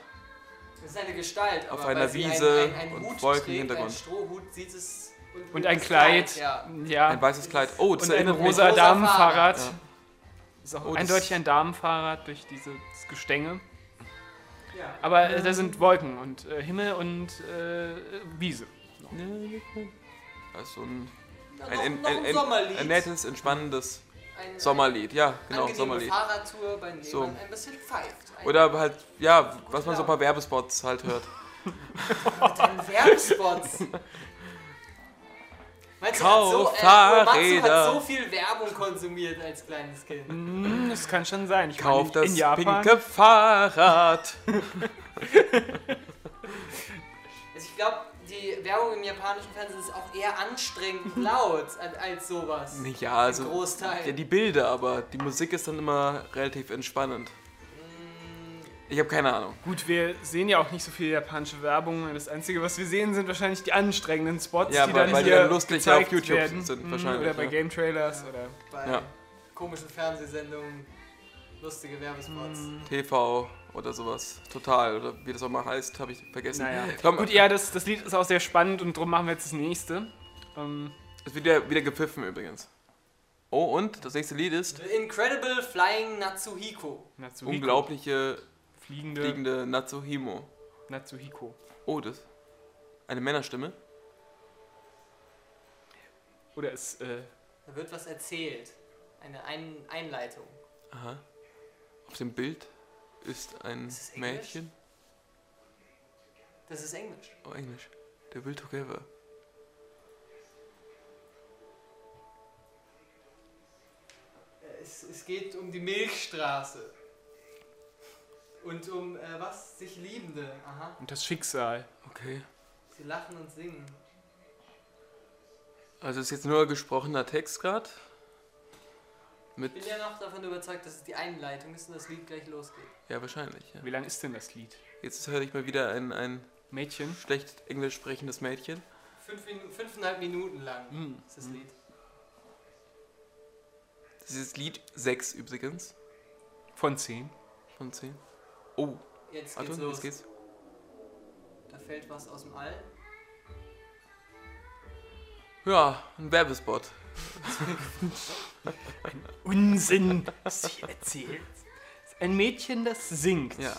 [SPEAKER 2] Das ist eine Gestalt.
[SPEAKER 1] Auf
[SPEAKER 2] aber weil
[SPEAKER 1] einer
[SPEAKER 2] sie
[SPEAKER 1] Wiese
[SPEAKER 2] einen, einen, einen
[SPEAKER 1] und
[SPEAKER 2] Hut
[SPEAKER 1] Wolken im
[SPEAKER 2] trägt,
[SPEAKER 1] Hintergrund.
[SPEAKER 2] Einen Strohhut sieht es.
[SPEAKER 3] Und ein Kleid.
[SPEAKER 2] Ja.
[SPEAKER 3] Ja.
[SPEAKER 1] Ein weißes Kleid. Oh, das
[SPEAKER 3] Ah. und ein
[SPEAKER 1] erinnert mich.
[SPEAKER 3] rosa
[SPEAKER 2] Rosa
[SPEAKER 3] Damenfahrrad.
[SPEAKER 1] Fahrrad.
[SPEAKER 3] Ist auch
[SPEAKER 1] Oh, das-
[SPEAKER 3] eindeutig ein Damenfahrrad durch dieses Gestänge.
[SPEAKER 2] ja.
[SPEAKER 3] Aber äh, da sind Wolken und äh, Himmel und äh, Wiese.
[SPEAKER 1] Das ist so Also ein, ein,
[SPEAKER 2] Noch,
[SPEAKER 1] ein,
[SPEAKER 2] noch ein,
[SPEAKER 1] ein, ein,
[SPEAKER 2] Sommerlied.
[SPEAKER 1] ein nettes, entspannendes
[SPEAKER 2] Ein- äh,
[SPEAKER 1] Sommerlied. Ja, genau,
[SPEAKER 2] angenehme
[SPEAKER 1] Sommerlied.
[SPEAKER 2] Fahrradtour, bei der
[SPEAKER 1] So.
[SPEAKER 2] man ein bisschen pfeift. Ein
[SPEAKER 1] Oder halt, ja, was man so
[SPEAKER 2] Laune.
[SPEAKER 1] bei Werbespots halt hört.
[SPEAKER 2] ein Werbespots. Meinst du, hat so,
[SPEAKER 1] Kauf
[SPEAKER 2] äh, Matsu
[SPEAKER 1] Fahrräder. Mhm.
[SPEAKER 2] hat so viel Werbung konsumiert als kleines Kind.
[SPEAKER 3] Hm, Das kann schon sein. Ich
[SPEAKER 1] Kauf
[SPEAKER 3] meine,
[SPEAKER 1] das
[SPEAKER 3] in Japan.
[SPEAKER 1] pinke Fahrrad.
[SPEAKER 2] Also ich glaube, die Werbung im japanischen Fernsehen ist auch eher anstrengend laut als, als sowas.
[SPEAKER 1] Ja,
[SPEAKER 2] Im
[SPEAKER 1] also.
[SPEAKER 2] Großteil.
[SPEAKER 1] Ja, die Bilder, aber die Musik ist dann immer relativ entspannend. Ich habe keine Ahnung.
[SPEAKER 3] Gut, wir sehen ja auch nicht so viel japanische Werbung. Das Einzige, was wir sehen, sind wahrscheinlich die anstrengenden Spots,
[SPEAKER 1] Ja,
[SPEAKER 3] die
[SPEAKER 1] weil-
[SPEAKER 3] dann
[SPEAKER 1] weil die
[SPEAKER 3] hier
[SPEAKER 1] dann lustig
[SPEAKER 3] gezeigt
[SPEAKER 1] auf YouTube
[SPEAKER 3] werden.
[SPEAKER 1] sind,
[SPEAKER 3] Mhm,
[SPEAKER 1] wahrscheinlich,
[SPEAKER 3] Oder bei
[SPEAKER 1] ja.
[SPEAKER 3] Game Trailers. Oder
[SPEAKER 2] bei
[SPEAKER 1] Ja.
[SPEAKER 2] komischen Fernsehsendungen lustige Werbespots.
[SPEAKER 1] TV oder sowas. Total. Oder wie das auch mal heißt, habe ich vergessen.
[SPEAKER 3] naja.
[SPEAKER 1] Komm,
[SPEAKER 3] Gut, ja, das, das Lied ist auch sehr spannend und drum machen wir jetzt das nächste. Ähm,
[SPEAKER 1] es wird wieder, wieder gepfiffen übrigens. Oh, und das nächste Lied ist
[SPEAKER 2] The Incredible Flying Natsuhiko.
[SPEAKER 3] Natsuhiko.
[SPEAKER 1] Unglaubliche
[SPEAKER 3] Fliegende
[SPEAKER 1] fliegende Natsuhimo.
[SPEAKER 3] Natsuhiko.
[SPEAKER 1] Oh, das. Eine Männerstimme?
[SPEAKER 3] Oder ist äh,
[SPEAKER 2] Da wird was erzählt. Eine ein Einleitung.
[SPEAKER 1] Aha. Auf dem Bild ist ein
[SPEAKER 2] Ist es Englisch?
[SPEAKER 1] Mädchen.
[SPEAKER 2] Das ist Englisch.
[SPEAKER 1] Oh, Englisch. Der Will Together.
[SPEAKER 2] Es, es geht um die Milchstraße. Und um äh, was? Sich Liebende. Aha.
[SPEAKER 3] das Schicksal?
[SPEAKER 1] Okay.
[SPEAKER 2] Sie lachen und singen.
[SPEAKER 1] Also ist jetzt nur gesprochener Text gerade. Mit.
[SPEAKER 2] Ich bin ja noch davon überzeugt, dass es die Einleitung ist und das Lied gleich losgeht.
[SPEAKER 1] Ja, wahrscheinlich. Ja.
[SPEAKER 3] Wie lang ist denn das Lied?
[SPEAKER 1] Jetzt höre ich mal wieder ein, ein
[SPEAKER 3] Mädchen?
[SPEAKER 1] schlecht Englisch sprechendes Mädchen.
[SPEAKER 2] Fünf Minu fünfeinhalb Minuten lang
[SPEAKER 3] Hm.
[SPEAKER 2] ist das Lied.
[SPEAKER 1] Das ist das Lied 6 übrigens
[SPEAKER 3] Von 10.
[SPEAKER 1] von 10. Oh,
[SPEAKER 2] Jetzt geht's
[SPEAKER 1] Achtung, jetzt
[SPEAKER 2] los.
[SPEAKER 1] geht's.
[SPEAKER 2] Da fällt was aus dem All.
[SPEAKER 1] Ja, ein Werbespot.
[SPEAKER 3] Unsinn, was du hier erzählst. Ein Mädchen, das singt.
[SPEAKER 1] Ja.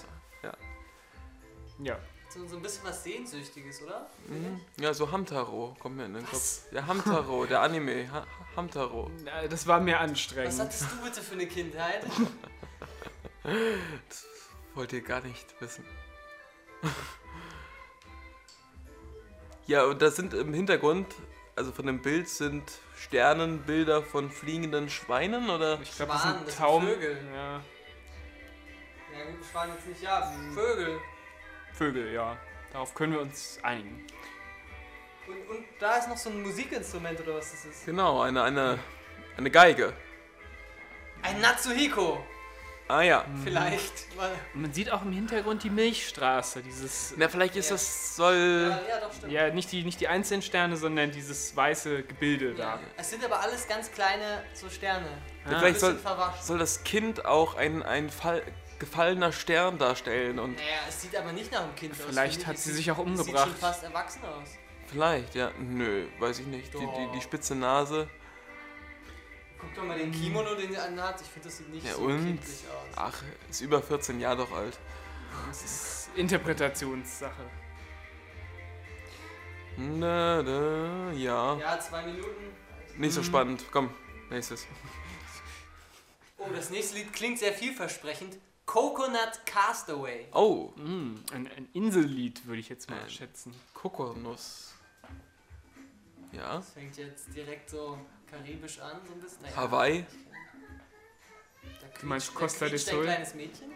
[SPEAKER 3] Ja.
[SPEAKER 2] So, so ein bisschen was Sehnsüchtiges, oder?
[SPEAKER 1] Mhm. Ja, so Hamtaro kommt mir in den Kopf. Ja, Hamtaro, der Anime. Ha Hamtaro.
[SPEAKER 3] Na, Das war mir
[SPEAKER 2] Was
[SPEAKER 3] anstrengend.
[SPEAKER 2] hattest du bitte für eine Kindheit?
[SPEAKER 1] Wollt ihr gar nicht wissen. Ja, und das sind im Hintergrund, also von dem Bild sind Sternenbilder von fliegenden Schweinen oder?
[SPEAKER 3] Ich glaube, das
[SPEAKER 2] Schwan,
[SPEAKER 3] sind
[SPEAKER 2] das sind
[SPEAKER 3] Taum.
[SPEAKER 2] Vögel.
[SPEAKER 3] Ja.
[SPEAKER 2] Ja, gut, Schwan jetzt nicht, ja, Vögel.
[SPEAKER 3] Vögel, ja. Darauf können wir uns einigen.
[SPEAKER 2] Und, und
[SPEAKER 4] Da ist noch so ein Musikinstrument oder was das ist.
[SPEAKER 1] Genau, eine, eine, eine Geige.
[SPEAKER 2] ein Natsuhiko,
[SPEAKER 1] Ah ja.
[SPEAKER 3] Mhm.
[SPEAKER 2] vielleicht. Mal-
[SPEAKER 3] Und man sieht auch im Hintergrund die Milchstraße, dieses.
[SPEAKER 1] Na, vielleicht ist
[SPEAKER 2] Ja.
[SPEAKER 1] das, soll,
[SPEAKER 2] Ja, ja, doch, stimmt.
[SPEAKER 3] Äh, Ja, nicht die, nicht die einzelnen Sterne, sondern dieses weiße Gebilde
[SPEAKER 2] Ja. Es sind aber alles ganz kleine so Sterne.
[SPEAKER 3] da. Ah,
[SPEAKER 1] vielleicht
[SPEAKER 2] bisschen
[SPEAKER 1] soll,
[SPEAKER 2] verwascht.
[SPEAKER 1] soll das Kind auch ein, ein Fall, gefallener Stern darstellen und
[SPEAKER 2] Naja, es sieht aber nicht nach einem Kind aus.
[SPEAKER 3] Vielleicht
[SPEAKER 2] finde ich.
[SPEAKER 3] hat
[SPEAKER 2] Es
[SPEAKER 3] sie
[SPEAKER 2] sieht-
[SPEAKER 3] sich auch
[SPEAKER 2] es
[SPEAKER 3] umgebracht.
[SPEAKER 2] Sieht schon fast erwachsen aus.
[SPEAKER 1] vielleicht, ja, nö, weiß ich nicht, die, die, die
[SPEAKER 2] Doch.
[SPEAKER 1] spitze Nase.
[SPEAKER 2] Guck doch
[SPEAKER 3] Mhm.
[SPEAKER 2] mal den Kimono, den sie anhat. Ich finde, das sieht nicht
[SPEAKER 1] Ja,
[SPEAKER 2] so
[SPEAKER 1] und?
[SPEAKER 2] kindlich aus.
[SPEAKER 1] Ach, ist über 14 Jahre doch alt.
[SPEAKER 3] das ist Interpretationssache.
[SPEAKER 1] Na, da,
[SPEAKER 3] Ah.
[SPEAKER 1] ja.
[SPEAKER 2] Ja, zwei Minuten.
[SPEAKER 1] Nicht so spannend, komm, nächstes.
[SPEAKER 2] Oh, das nächste Lied klingt sehr vielversprechend. Coconut Castaway.
[SPEAKER 1] Oh,
[SPEAKER 3] Mm, ein, ein Insellied würde ich jetzt mal
[SPEAKER 1] Ähm.
[SPEAKER 3] schätzen.
[SPEAKER 1] Kokosnuss. Ja,
[SPEAKER 2] Das fängt jetzt direkt so karibisch an, so ein bisschen. Naja,
[SPEAKER 1] Hawaii.
[SPEAKER 2] Da quietscht-
[SPEAKER 3] meinst
[SPEAKER 2] da
[SPEAKER 3] Costa del
[SPEAKER 2] quietscht
[SPEAKER 3] Sol?
[SPEAKER 2] Ein kleines Mädchen.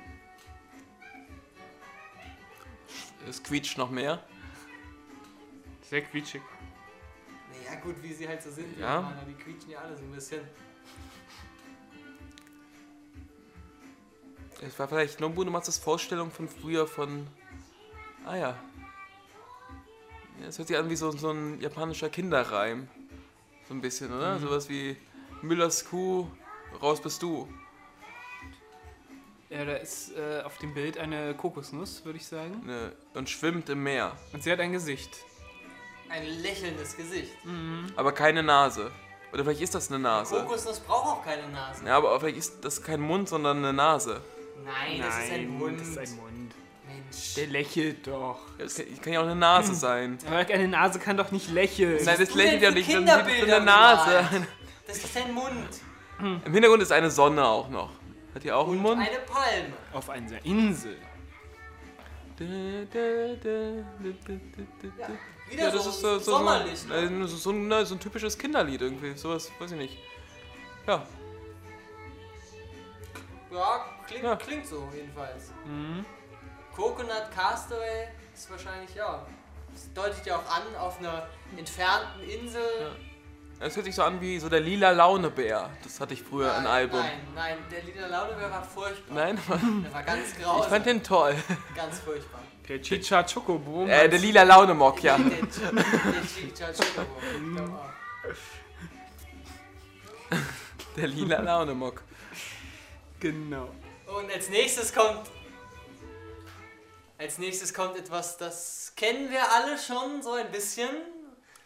[SPEAKER 1] Es quietscht noch mehr.
[SPEAKER 3] Sehr quietschig.
[SPEAKER 2] Naja, gut, wie sie halt so sind. die
[SPEAKER 1] Ja.
[SPEAKER 2] Japaner, Die quietschen ja alle so ein bisschen.
[SPEAKER 1] Es war vielleicht Nobu Nomatsas Vorstellung von früher von. Ah ja. Ja, Es hört sich an wie so, so ein japanischer Kinderreim. So ein bisschen, oder?
[SPEAKER 2] Mhm.
[SPEAKER 1] Sowas wie Müllers Kuh, raus bist du.
[SPEAKER 3] Ja, da ist äh, auf dem Bild eine Kokosnuss, würde ich sagen.
[SPEAKER 1] Ne? Und schwimmt im Meer.
[SPEAKER 3] Und sie hat ein Gesicht.
[SPEAKER 2] Ein lächelndes Gesicht.
[SPEAKER 1] Aber keine Nase. Oder vielleicht ist das eine Nase.
[SPEAKER 2] Kokosnuss braucht auch keine Nase.
[SPEAKER 1] Ja, aber vielleicht ist das kein Mund, sondern eine Nase.
[SPEAKER 2] Nein, das ist ein Hund.
[SPEAKER 3] Das ist ein Mund.
[SPEAKER 2] Mensch.
[SPEAKER 3] Der lächelt doch.
[SPEAKER 1] Ja, Das kann, kann ja auch eine
[SPEAKER 2] Hm.
[SPEAKER 1] Nase sein.
[SPEAKER 3] Aber eine Nase kann doch nicht lächeln.
[SPEAKER 1] Nein, das
[SPEAKER 2] du denn
[SPEAKER 1] lächelt ja
[SPEAKER 2] für
[SPEAKER 1] nicht, das sieht von
[SPEAKER 2] Kinderbilder
[SPEAKER 1] der Nase.
[SPEAKER 2] gemalt? Das ist ein Mund.
[SPEAKER 1] Im Hintergrund ist eine Sonne auch noch. Hat die auch einen Mund?
[SPEAKER 2] Eine Palme.
[SPEAKER 3] Auf einer Insel.
[SPEAKER 2] Ja, wieder
[SPEAKER 1] Ja,
[SPEAKER 2] so,
[SPEAKER 1] das ist so, so,
[SPEAKER 2] sommerlich.
[SPEAKER 1] so,
[SPEAKER 2] ne?
[SPEAKER 1] äh, so, so, ein, na, so ein typisches Kinderlied irgendwie. Sowas, weiß ich nicht. Ja,
[SPEAKER 2] Ja, klingt,
[SPEAKER 1] Ja. Mhm.
[SPEAKER 2] klingt so jedenfalls. Coconut Castaway ist wahrscheinlich, ja. Das deutet ja auch an auf einer entfernten Insel.
[SPEAKER 1] es hört sich so an wie so der lila Launebär. Das hatte ich früher ein
[SPEAKER 2] Nein,
[SPEAKER 1] Album.
[SPEAKER 2] Nein, nein, der Lieder Launebär war furchtbar.
[SPEAKER 1] Nein,
[SPEAKER 2] Der war ganz grausam.
[SPEAKER 1] ich fand den toll.
[SPEAKER 2] ganz furchtbar.
[SPEAKER 3] Der Chicha Chocobo.
[SPEAKER 1] Äh, der lila Launemock, ja.
[SPEAKER 2] Der, der, der Chicha Chocobo. Ich glaub auch.
[SPEAKER 1] Der lila Launemock.
[SPEAKER 3] Genau.
[SPEAKER 2] Und als nächstes kommt. Als nächstes kommt etwas, das kennen wir alle schon so ein bisschen.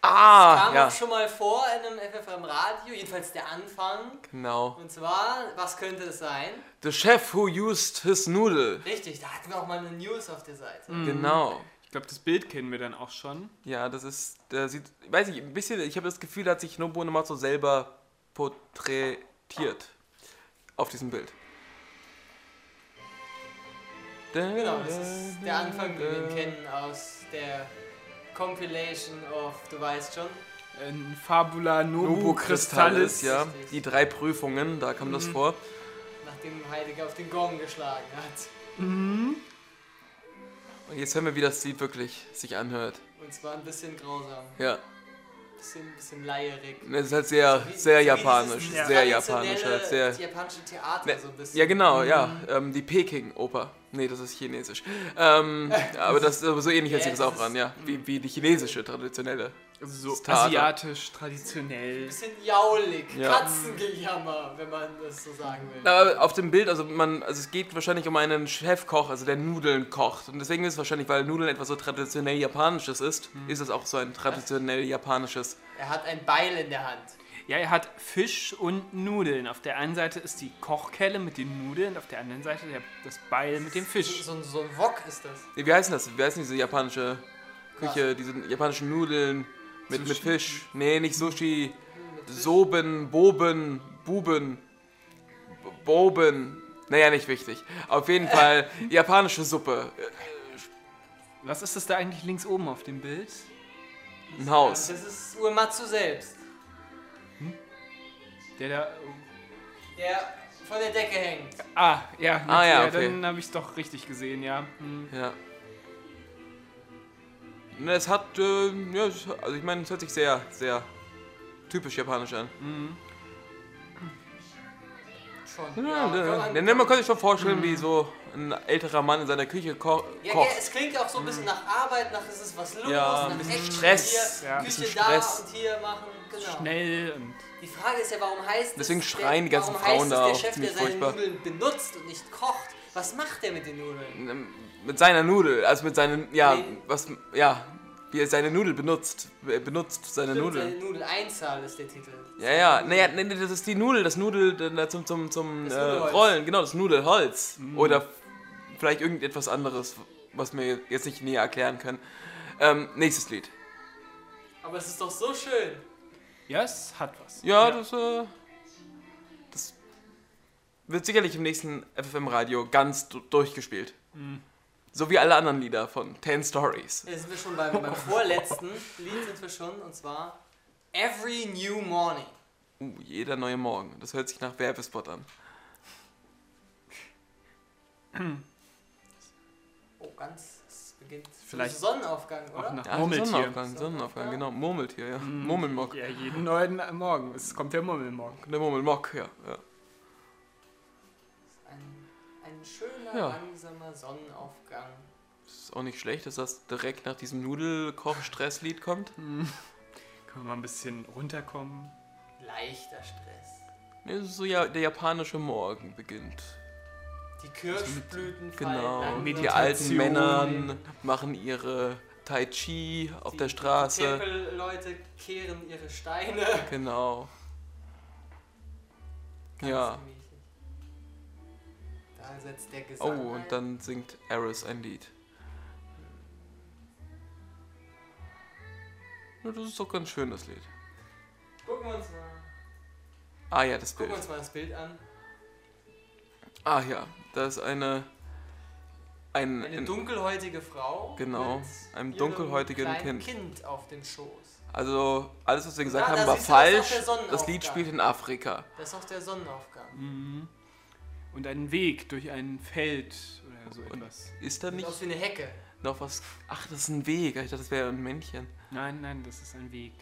[SPEAKER 1] Ah,
[SPEAKER 2] Kam
[SPEAKER 1] ja,
[SPEAKER 2] auch schon mal vor in einem FFM Radio, jedenfalls der Anfang.
[SPEAKER 1] genau.
[SPEAKER 2] Und zwar, was könnte es sein?
[SPEAKER 1] The Chef Who Used His Noodle.
[SPEAKER 2] Richtig, da hatten wir auch mal eine News auf der Seite.
[SPEAKER 1] Genau.
[SPEAKER 3] Ich glaube, das Bild kennen wir dann auch schon.
[SPEAKER 1] Ja, das ist, der sieht, weiß ich, ein bisschen, ich habe das Gefühl, da hat sich Nobu Nomatsu selber porträtiert. Auf diesem Bild.
[SPEAKER 2] Genau, das ist der Anfang, den wir kennen aus der Compilation of, du weißt schon.
[SPEAKER 3] Ein Fabula Nobu
[SPEAKER 1] Nobu Kristallis,
[SPEAKER 3] Cristallis.
[SPEAKER 1] ja.
[SPEAKER 2] Richtig. Mhm.
[SPEAKER 1] Die drei Prüfungen, da kam das vor.
[SPEAKER 2] Nachdem Heidegger auf den Gong geschlagen hat.
[SPEAKER 1] Und jetzt hören wir, wie das Lied wirklich sich anhört.
[SPEAKER 2] Und zwar ein bisschen grausam,
[SPEAKER 1] Ja,
[SPEAKER 2] ein bisschen, ein bisschen leierig.
[SPEAKER 1] es ist halt sehr,
[SPEAKER 2] Wie-
[SPEAKER 1] sehr
[SPEAKER 2] so wie
[SPEAKER 1] japanisch,
[SPEAKER 2] dieses
[SPEAKER 1] sehr
[SPEAKER 2] traditionelle
[SPEAKER 1] japanisch, halt sehr.
[SPEAKER 2] japanische Theater
[SPEAKER 1] Ne,
[SPEAKER 2] so ein bisschen.
[SPEAKER 1] Ja, genau, ja. Ähm, die Peking-Oper. Nee, das ist chinesisch. Ähm, aber das aber so ähnlich hört sich
[SPEAKER 2] Ja,
[SPEAKER 1] das auch
[SPEAKER 2] das
[SPEAKER 1] an,
[SPEAKER 2] ist-
[SPEAKER 1] ja. Wie, wie die chinesische, traditionelle.
[SPEAKER 3] Also so
[SPEAKER 1] Theater.
[SPEAKER 3] asiatisch, traditionell.
[SPEAKER 2] Bisschen jaulig,
[SPEAKER 1] Ja.
[SPEAKER 2] Katzengejammer, wenn man das so sagen will.
[SPEAKER 1] Aber auf dem Bild, also man, also es geht wahrscheinlich um einen Chefkoch, also der Nudeln kocht. Und deswegen ist es wahrscheinlich, weil Nudeln etwas so traditionell japanisches ist, ist es auch so ein traditionell japanisches.
[SPEAKER 2] Er hat ein Beil in der Hand.
[SPEAKER 3] Ja, er hat Fisch und Nudeln. Auf der einen Seite ist die Kochkelle mit den Nudeln, auf der anderen Seite der, das Beil mit dem Fisch.
[SPEAKER 2] So, so, so ein Wok ist das.
[SPEAKER 1] Nee, Wie heißen das? Wie heißen diese japanische Küche, diese japanischen Nudeln mit, mit
[SPEAKER 3] Sushi?
[SPEAKER 1] Fisch? Nee, nicht Sushi. Soben, Boben, Buben, B- Boben. Naja, nicht wichtig. Auf jeden Fall japanische Suppe. Äh,
[SPEAKER 3] Was ist das da eigentlich links oben auf dem Bild?
[SPEAKER 1] Ein Haus.
[SPEAKER 2] Das ist Uematsu selbst,
[SPEAKER 3] Der da.
[SPEAKER 2] der von der Decke hängt.
[SPEAKER 3] Ah, ja.
[SPEAKER 1] Ah,
[SPEAKER 3] jetzt-
[SPEAKER 1] ja,
[SPEAKER 3] ja
[SPEAKER 1] okay.
[SPEAKER 3] Dann habe ich es doch richtig gesehen, ja. Hm.
[SPEAKER 1] Ja. Ne, Es hat, äh, ja, es- also ich meine, es hört sich sehr, sehr typisch japanisch an.
[SPEAKER 2] Schon.
[SPEAKER 1] Ja,
[SPEAKER 2] kann
[SPEAKER 1] ja,
[SPEAKER 2] man- Mhm.
[SPEAKER 1] ja. Man könnte sich schon vorstellen, wie so ein älterer Mann in seiner Küche ko
[SPEAKER 2] Ja, ja,
[SPEAKER 1] kocht.
[SPEAKER 2] es klingt auch so ein bisschen nach Arbeit, nach es ist was los,
[SPEAKER 1] Ja, ein
[SPEAKER 2] nach
[SPEAKER 1] bisschen
[SPEAKER 2] Action,
[SPEAKER 1] Stress,
[SPEAKER 2] Hier,
[SPEAKER 3] ja, ein
[SPEAKER 2] Küche
[SPEAKER 1] bisschen Stress.
[SPEAKER 2] da und hier machen. Genau.
[SPEAKER 3] Schnell und.
[SPEAKER 2] Die Frage ist ja, warum heißt es,
[SPEAKER 1] Deswegen
[SPEAKER 2] der-
[SPEAKER 1] schreien die ganzen
[SPEAKER 2] warum
[SPEAKER 1] Frauen
[SPEAKER 2] heißt
[SPEAKER 1] da
[SPEAKER 2] es,
[SPEAKER 1] auch
[SPEAKER 2] der Chef, der
[SPEAKER 1] ziemlich
[SPEAKER 2] seine
[SPEAKER 1] furchtbar.
[SPEAKER 2] Nudeln benutzt und nicht kocht. Was macht der mit den Nudeln?
[SPEAKER 1] Mit seiner Nudel, also mit seinen, ja,
[SPEAKER 2] Nee.
[SPEAKER 1] was, ja, wie er seine Nudel benutzt. Er benutzt seine
[SPEAKER 2] Stimmt,
[SPEAKER 1] Nudel.
[SPEAKER 2] Seine Nudeln. Einzahl ist der Titel.
[SPEAKER 1] Ja, ja, naja, nee, nee, das ist die Nudel, das Nudel äh, zum, zum, zum
[SPEAKER 2] Das
[SPEAKER 1] äh,
[SPEAKER 2] Nudelholz. Mhm.
[SPEAKER 1] Rollen, genau, das Nudelholz. Oder f- vielleicht irgendetwas anderes, was wir jetzt nicht näher erklären können. Ähm, nächstes Lied.
[SPEAKER 2] Aber es ist doch so schön.
[SPEAKER 3] Ja, es hat was.
[SPEAKER 1] Ja, das, äh, das wird sicherlich im nächsten FFM-Radio ganz du- durchgespielt.
[SPEAKER 2] Mhm.
[SPEAKER 1] So wie alle anderen Lieder von 10 Stories.
[SPEAKER 2] Jetzt sind wir schon beim, beim vorletzten Lied sind wir schon und zwar Every New Morning.
[SPEAKER 1] Uh, jeder neue Morgen. Das hört sich nach Werbespot an.
[SPEAKER 2] Oh, ganz. Es beginnt
[SPEAKER 3] Vielleicht
[SPEAKER 2] Sonnenaufgang,
[SPEAKER 3] auch
[SPEAKER 2] oder?
[SPEAKER 3] nach
[SPEAKER 1] Ja,
[SPEAKER 3] Murmeltier.
[SPEAKER 1] Sonnenaufgang, Sonnenaufgang, genau. Murmeltier, ja. Murmelmock.
[SPEAKER 3] Mhm. Ja, jeden neuen Morgen. Es kommt der Murmelmorgen.
[SPEAKER 1] Der Murmelmock, ja. ja.
[SPEAKER 2] Ein, ein schöner,
[SPEAKER 1] Ja.
[SPEAKER 2] langsamer Sonnenaufgang.
[SPEAKER 1] Ist auch nicht schlecht, dass das direkt nach diesem Nudelkoch-Stresslied kommt.
[SPEAKER 3] Können wir mal ein bisschen runterkommen?
[SPEAKER 2] Leichter Stress.
[SPEAKER 1] Nee, es ist so ja, der japanische Morgen beginnt.
[SPEAKER 2] Die Kirschblüten fallen
[SPEAKER 1] Also Genau.
[SPEAKER 2] langsam.
[SPEAKER 1] Die
[SPEAKER 3] Meditation.
[SPEAKER 1] alten Männer machen ihre Tai Chi auf
[SPEAKER 2] Die-
[SPEAKER 1] der Straße.
[SPEAKER 2] Die Tempelleute kehren ihre Steine.
[SPEAKER 1] Genau.
[SPEAKER 2] Ganz
[SPEAKER 1] ja.
[SPEAKER 2] Gemächlich. Da setzt der
[SPEAKER 1] Oh,
[SPEAKER 2] Gesang ein.
[SPEAKER 1] und dann singt Eris ein Lied. Ja, Das ist doch ganz schön, das Lied.
[SPEAKER 2] Gucken wir uns mal.
[SPEAKER 1] Ah ja, das
[SPEAKER 2] Gucken
[SPEAKER 1] Bild.
[SPEAKER 2] wir uns mal das Bild an.
[SPEAKER 1] Ah ja, da ist eine... Ein,
[SPEAKER 2] Eine
[SPEAKER 1] ein-
[SPEAKER 2] dunkelhäutige Frau.
[SPEAKER 1] Genau,
[SPEAKER 2] mit
[SPEAKER 1] einem
[SPEAKER 2] ihrem
[SPEAKER 1] dunkelhäutigen
[SPEAKER 2] kleinen
[SPEAKER 1] Kind.
[SPEAKER 2] Kind auf dem Schoß.
[SPEAKER 1] also, alles, was wir gesagt
[SPEAKER 2] Ah, da
[SPEAKER 1] haben, war
[SPEAKER 2] siehst du, das ist auch
[SPEAKER 1] falsch.
[SPEAKER 2] der Sonnenaufgang.
[SPEAKER 1] Das Lied spielt in Afrika.
[SPEAKER 2] Das ist auch der Sonnenaufgang.
[SPEAKER 3] Mhm. Und einen Weg durch ein Feld oder so etwas.
[SPEAKER 1] Ist da
[SPEAKER 2] Sieht
[SPEAKER 1] nicht
[SPEAKER 2] aus wie eine Hecke.
[SPEAKER 1] noch was... Ach, das ist ein Weg. Ich dachte, das wäre ein Männchen.
[SPEAKER 3] Nein, nein, das ist ein Weg.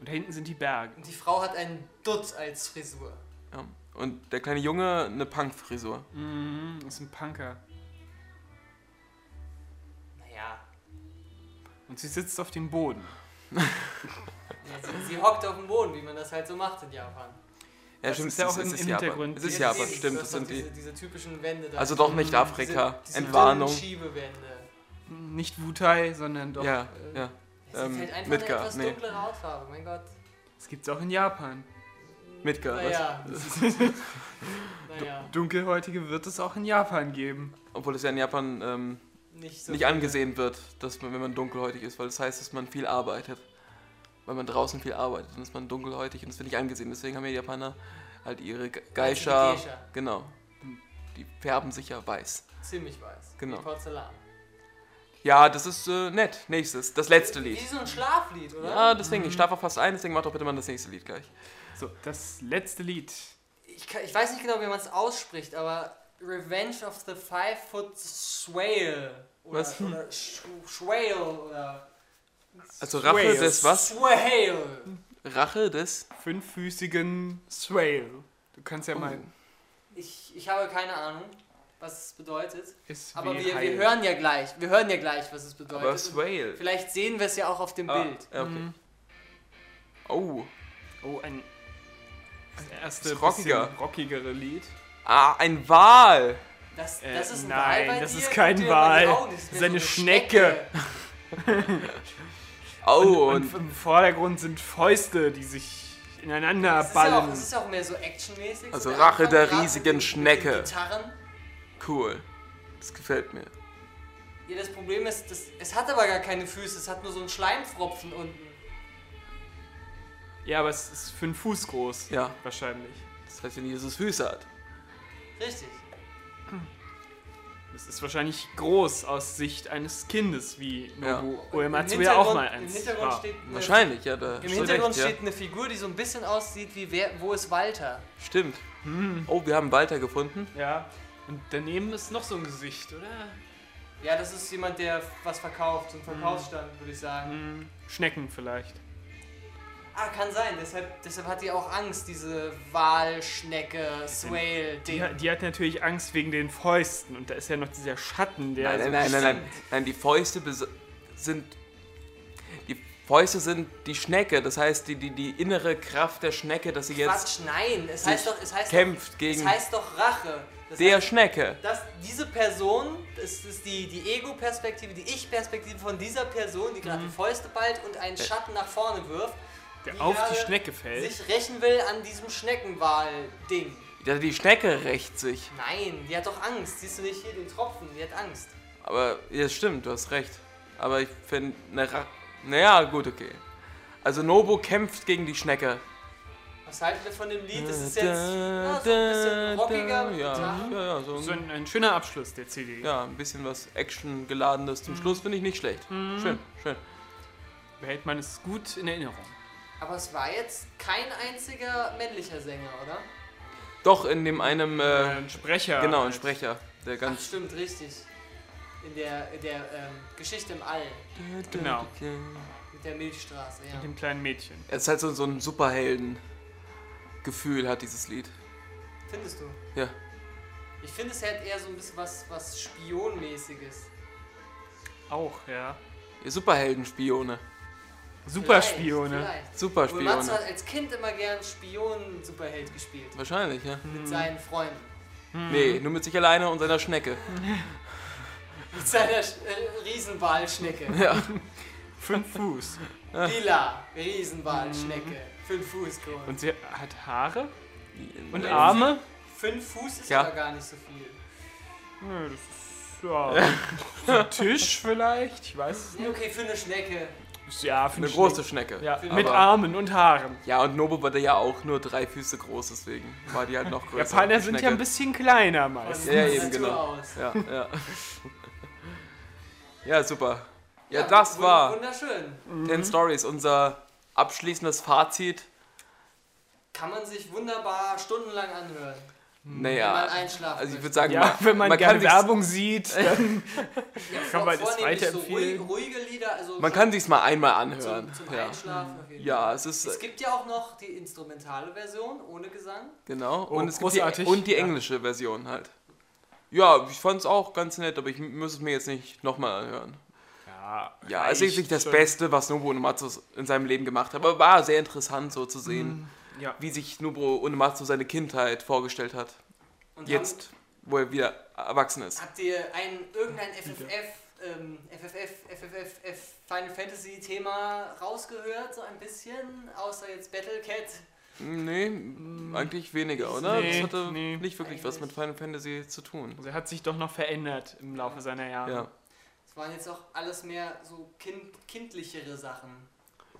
[SPEAKER 3] Und da hinten sind die Berge.
[SPEAKER 2] Und die Frau hat einen Dutt als Frisur.
[SPEAKER 1] Ja. Und der kleine Junge eine Punkfrisur.
[SPEAKER 3] Mhm, das ist ein Punker.
[SPEAKER 2] Naja,
[SPEAKER 3] Und sie sitzt auf dem Boden.
[SPEAKER 2] ja, sie, sie hockt auf dem Boden, wie man das halt so macht in Japan.
[SPEAKER 1] Ja,
[SPEAKER 3] Das
[SPEAKER 1] stimmt,
[SPEAKER 3] ist ja
[SPEAKER 1] es
[SPEAKER 3] auch im-
[SPEAKER 1] es
[SPEAKER 3] im
[SPEAKER 1] Japan.
[SPEAKER 3] Hintergrund.
[SPEAKER 1] Es ist
[SPEAKER 3] Jetzt
[SPEAKER 1] Japan,
[SPEAKER 2] siehst du,
[SPEAKER 1] stimmt.
[SPEAKER 2] das
[SPEAKER 1] Das
[SPEAKER 2] sind
[SPEAKER 1] sind die...
[SPEAKER 2] diese, diese typischen Wände da.
[SPEAKER 1] Also doch nicht Afrika.
[SPEAKER 2] Diese, diese
[SPEAKER 1] Entwarnung.
[SPEAKER 2] dünnen Schiebewände.
[SPEAKER 3] Nicht Wutai, sondern doch.
[SPEAKER 1] ja,
[SPEAKER 3] äh,
[SPEAKER 1] ja.
[SPEAKER 2] Ja, Sie
[SPEAKER 1] Ähm,
[SPEAKER 2] fällt einfach
[SPEAKER 1] Midgar,
[SPEAKER 2] eine etwas
[SPEAKER 1] nee.
[SPEAKER 2] dunklere Hautfarbe, mein Gott.
[SPEAKER 3] Das gibt's auch in Japan.
[SPEAKER 1] Midgar, was?
[SPEAKER 2] Naja. naja,
[SPEAKER 3] Dunkelhäutige wird es auch in Japan geben.
[SPEAKER 1] Obwohl es ja in Japan ähm,
[SPEAKER 2] nicht so.
[SPEAKER 1] nicht angesehen wird, dass man, wenn man dunkelhäutig ist, weil das heißt, dass man viel arbeitet. Weil man draußen viel arbeitet, dann ist man dunkelhäutig und das wird nicht angesehen. Deswegen haben ja Japaner halt ihre Ge- Geisha.
[SPEAKER 2] Geisha.
[SPEAKER 1] Genau. Die färben sich ja weiß.
[SPEAKER 2] Ziemlich weiß.
[SPEAKER 1] Genau.
[SPEAKER 2] Wie Porzellan.
[SPEAKER 1] Ja, das ist äh, nett. Nächstes, das letzte
[SPEAKER 2] Wie
[SPEAKER 1] Lied.
[SPEAKER 2] so ein Schlaflied, oder?
[SPEAKER 1] Ja, deswegen, ich schlafe auch fast ein, deswegen mach doch bitte mal das nächste Lied gleich.
[SPEAKER 3] So, das letzte Lied.
[SPEAKER 2] Ich, kann, ich weiß nicht genau, wie man es ausspricht, aber Revenge of the Five Foot Swale. Oder,
[SPEAKER 1] Was?
[SPEAKER 2] Oder Sch Schwale oder.
[SPEAKER 1] Also Rache
[SPEAKER 3] Swales.
[SPEAKER 1] des was?
[SPEAKER 2] Swale.
[SPEAKER 1] Rache des.
[SPEAKER 3] Fünffüßigen Swale. Du kannst ja
[SPEAKER 1] Oh.
[SPEAKER 3] mal.
[SPEAKER 2] Ich, ich habe keine Ahnung, was es bedeutet.
[SPEAKER 3] Ist
[SPEAKER 2] Aber
[SPEAKER 3] wie
[SPEAKER 2] wir, wir
[SPEAKER 3] heil.
[SPEAKER 2] hören ja gleich. Wir hören ja gleich, was es bedeutet.
[SPEAKER 1] Aber Swale.
[SPEAKER 2] Vielleicht sehen wir es ja auch auf dem
[SPEAKER 1] Ah,
[SPEAKER 2] Bild.
[SPEAKER 1] ja, okay.
[SPEAKER 3] Mhm.
[SPEAKER 1] Oh.
[SPEAKER 3] Oh, ein. Das erste
[SPEAKER 1] Ist rockiger.
[SPEAKER 3] bisschen rockigere Lied.
[SPEAKER 1] Ah, ein Wal.
[SPEAKER 2] Das,
[SPEAKER 3] Äh,
[SPEAKER 2] das ist ein
[SPEAKER 3] nein,
[SPEAKER 2] Wal bei
[SPEAKER 3] das
[SPEAKER 2] dir?
[SPEAKER 3] ist
[SPEAKER 2] Guck
[SPEAKER 3] kein
[SPEAKER 2] dir mal in die
[SPEAKER 3] Wal.
[SPEAKER 2] Augen,
[SPEAKER 3] Das
[SPEAKER 2] wäre
[SPEAKER 3] ist eine Schnecke.
[SPEAKER 1] Oh,
[SPEAKER 3] und, im Vordergrund sind Fäuste, die sich ineinander
[SPEAKER 2] Das ist, ja auch,
[SPEAKER 3] ballen.
[SPEAKER 2] das ist ja auch mehr so actionmäßig.
[SPEAKER 1] Also
[SPEAKER 2] so
[SPEAKER 1] Rache
[SPEAKER 2] Anfang,
[SPEAKER 1] der
[SPEAKER 2] gerade mit
[SPEAKER 1] riesigen
[SPEAKER 2] den- mit den
[SPEAKER 1] Schnecke.
[SPEAKER 2] Gitarren.
[SPEAKER 1] cool. Das gefällt mir.
[SPEAKER 2] Ja, das Problem ist, das, es hat aber gar keine Füße, es hat nur so einen Schleimfropfen unten.
[SPEAKER 3] ja, aber es ist für einen Fuß groß.
[SPEAKER 1] Ja,
[SPEAKER 3] Wahrscheinlich.
[SPEAKER 1] das heißt ja nicht, dass es Füße hat.
[SPEAKER 2] Richtig.
[SPEAKER 3] Das ist wahrscheinlich groß aus Sicht eines Kindes, wie
[SPEAKER 1] Ja.
[SPEAKER 3] Nobu
[SPEAKER 2] Im
[SPEAKER 3] Uematsu ja
[SPEAKER 2] Hintergrund-
[SPEAKER 3] auch mal
[SPEAKER 2] Im
[SPEAKER 3] eins Ah,
[SPEAKER 2] Hintergrund
[SPEAKER 3] war.
[SPEAKER 2] steht eine,
[SPEAKER 1] Wahrscheinlich, ja. Da
[SPEAKER 2] Im
[SPEAKER 1] hast du
[SPEAKER 2] Hintergrund
[SPEAKER 1] recht,
[SPEAKER 2] steht eine Figur, die so ein bisschen aussieht wie wer, wo ist Walter?
[SPEAKER 1] ja. Stimmt.
[SPEAKER 2] Hm.
[SPEAKER 1] Oh, wir haben Walter gefunden.
[SPEAKER 3] Ja. Und daneben ist noch so ein Gesicht, oder?
[SPEAKER 2] Ja, das ist jemand, der was verkauft, so ein Verkaufsstand, würde ich sagen.
[SPEAKER 3] Hm, Schnecken vielleicht.
[SPEAKER 2] Ah, kann sein, deshalb, deshalb hat die auch Angst, diese Walschnecke,
[SPEAKER 3] Die,
[SPEAKER 2] Swale-Ding.
[SPEAKER 3] die hat natürlich Angst wegen den Fäusten und da ist ja noch dieser Schatten, der
[SPEAKER 1] nein,
[SPEAKER 3] so
[SPEAKER 1] nein, nein, nein, nein, nein. Die Fäuste bes- sind. Die Fäuste sind die Schnecke. Das heißt, die, die, die innere Kraft der Schnecke, dass sie jetzt
[SPEAKER 2] Quatsch, nein, es heißt doch, es heißt
[SPEAKER 1] kämpft
[SPEAKER 2] doch, es
[SPEAKER 1] gegen
[SPEAKER 2] heißt doch Rache. Das
[SPEAKER 1] der
[SPEAKER 2] heißt,
[SPEAKER 1] Schnecke.
[SPEAKER 2] dass diese Person, es ist die, die Ego-Perspektive, die Ich-Perspektive von dieser Person, die gerade die Fäuste ballt und einen Schatten nach vorne wirft,
[SPEAKER 3] Mhm. Äh. der auf die
[SPEAKER 2] gerade
[SPEAKER 3] Schnecke fällt.
[SPEAKER 2] sich rächen will an diesem Schneckenwal-Ding.
[SPEAKER 1] Ja, Die Schnecke rächt sich.
[SPEAKER 2] Nein, die hat doch Angst. Siehst du nicht hier den Tropfen? Die hat Angst.
[SPEAKER 1] Aber, ja, stimmt, du hast recht. Aber ich finde, ne, Ra- naja, gut, okay. Also Nobu kämpft gegen die Schnecke.
[SPEAKER 2] Was haltet ihr von dem Lied? Das ist jetzt ja, so ein bisschen rockiger. mit
[SPEAKER 1] Ja,
[SPEAKER 2] Gitarre.
[SPEAKER 1] ja, ja, so
[SPEAKER 3] So
[SPEAKER 1] ein,
[SPEAKER 3] ein, ein schöner Abschluss der E. CD.
[SPEAKER 1] ja, ein bisschen was Action-geladenes
[SPEAKER 2] Mhm.
[SPEAKER 1] zum Schluss finde ich nicht schlecht. Schön, schön.
[SPEAKER 3] Behält man es gut in Erinnerung.
[SPEAKER 2] Aber es war jetzt kein einziger männlicher Sänger, oder?
[SPEAKER 1] Doch, in dem einem, äh,
[SPEAKER 3] ein Sprecher.
[SPEAKER 1] genau, ein
[SPEAKER 3] halt.
[SPEAKER 1] Sprecher, der
[SPEAKER 2] Ach,
[SPEAKER 1] ganz...
[SPEAKER 2] stimmt, richtig. In der, in der ähm, Geschichte im All.
[SPEAKER 3] genau.
[SPEAKER 2] Mit der Milchstraße, ja.
[SPEAKER 3] Mit dem kleinen Mädchen.
[SPEAKER 1] Es ist halt so, so ein Superhelden-Gefühl, hat dieses Lied.
[SPEAKER 2] Findest du?
[SPEAKER 1] Ja.
[SPEAKER 2] Ich finde, es hat eher so ein bisschen was, was Spionmäßiges.
[SPEAKER 3] Auch, ja.
[SPEAKER 1] Ihr Superheldenspione,
[SPEAKER 3] Superspione.
[SPEAKER 2] Vielleicht. vielleicht. Matze hat
[SPEAKER 1] Superspione.
[SPEAKER 2] als Kind immer gern Spion-Superheld gespielt.
[SPEAKER 1] Wahrscheinlich, ja.
[SPEAKER 2] Mit seinen Freunden.
[SPEAKER 3] Hm.
[SPEAKER 2] Mhm.
[SPEAKER 1] Nee, nur mit sich alleine und seiner Schnecke.
[SPEAKER 2] Mit seiner Sch- äh, Riesenwalschnecke.
[SPEAKER 1] Ja.
[SPEAKER 3] Fünf Fuß.
[SPEAKER 2] Lila Riesenwalschnecke. Fünf Fuß groß.
[SPEAKER 3] Und sie hat Haare und
[SPEAKER 1] Nee.
[SPEAKER 3] Arme.
[SPEAKER 2] Fünf Fuß ist
[SPEAKER 1] Ja.
[SPEAKER 2] aber gar nicht so viel.
[SPEAKER 3] Nö, das ist. Ja. so ein Tisch vielleicht? Ich weiß
[SPEAKER 2] Ja, Okay, für eine Schnecke.
[SPEAKER 3] es. Ja, für
[SPEAKER 1] Eine große Schnecke.
[SPEAKER 3] Ja,
[SPEAKER 2] Für-
[SPEAKER 3] mit
[SPEAKER 1] aber-
[SPEAKER 3] Armen und Haaren.
[SPEAKER 1] Ja, und Nobu war der ja auch nur drei Füße groß, deswegen war die halt noch größer.
[SPEAKER 3] Japaner sind ja ein bisschen kleiner
[SPEAKER 2] Von
[SPEAKER 3] meist.
[SPEAKER 1] Ja,
[SPEAKER 2] der
[SPEAKER 1] eben,
[SPEAKER 2] Natur
[SPEAKER 1] genau.
[SPEAKER 2] Aus.
[SPEAKER 1] Ja, ja. ja, super. Ja, das
[SPEAKER 2] wund-
[SPEAKER 1] war
[SPEAKER 2] Wunderschön.
[SPEAKER 1] 10 Stories, unser abschließendes Fazit.
[SPEAKER 2] Kann man sich wunderbar stundenlang anhören. Wenn man
[SPEAKER 1] Naja,
[SPEAKER 2] einschlafen
[SPEAKER 1] also ich würde
[SPEAKER 2] möchte.
[SPEAKER 1] sagen,
[SPEAKER 3] Ja, wenn man,
[SPEAKER 1] kann
[SPEAKER 3] gerne
[SPEAKER 1] sich's,
[SPEAKER 3] Werbung sieht, dann
[SPEAKER 2] ja,
[SPEAKER 3] kann man das
[SPEAKER 2] vornehmlich
[SPEAKER 3] weiterempfehlen.
[SPEAKER 2] So ruhig, ruhige Lieder, also
[SPEAKER 1] man
[SPEAKER 2] so
[SPEAKER 1] kann sich's mal einmal anhören.
[SPEAKER 2] zum, zum
[SPEAKER 1] ja.
[SPEAKER 2] Einschlafen. auf jeden Fall.
[SPEAKER 1] ja, es ist äh,
[SPEAKER 2] Es gibt ja auch noch die instrumentale Version ohne Gesang.
[SPEAKER 1] genau
[SPEAKER 3] Oh,
[SPEAKER 1] und es gibt die,
[SPEAKER 3] großartig.
[SPEAKER 1] und die
[SPEAKER 3] Ja.
[SPEAKER 1] englische Version halt. Ja, ich fand's auch ganz nett, aber ich muss es mir jetzt nicht nochmal anhören.
[SPEAKER 3] Ja,
[SPEAKER 1] Ja, es ist
[SPEAKER 3] reicht
[SPEAKER 1] nicht das
[SPEAKER 3] schon.
[SPEAKER 1] Beste, was Nobu und Matsus in seinem Leben gemacht hat, aber war sehr interessant so zu sehen.
[SPEAKER 3] Ja.
[SPEAKER 1] wie sich Nubro Uematsu seine Kindheit vorgestellt hat.
[SPEAKER 2] Und
[SPEAKER 1] Jetzt, wo er wieder erwachsen ist.
[SPEAKER 2] Habt ihr ein, irgendein FFF, ähm, FFF, FFF, F Final Fantasy Thema rausgehört, so ein bisschen? Außer jetzt Battle Cat.
[SPEAKER 1] Nee, eigentlich weniger, oder?
[SPEAKER 3] Mhm. Nee,
[SPEAKER 1] das hatte
[SPEAKER 3] nee.
[SPEAKER 1] nicht wirklich was mit Final
[SPEAKER 2] Eigentlich.
[SPEAKER 1] Fantasy zu tun.
[SPEAKER 3] Also er hat sich doch noch verändert im Laufe seiner Jahre.
[SPEAKER 1] Ja.
[SPEAKER 2] Es waren jetzt auch alles mehr so kind, kindlichere Sachen.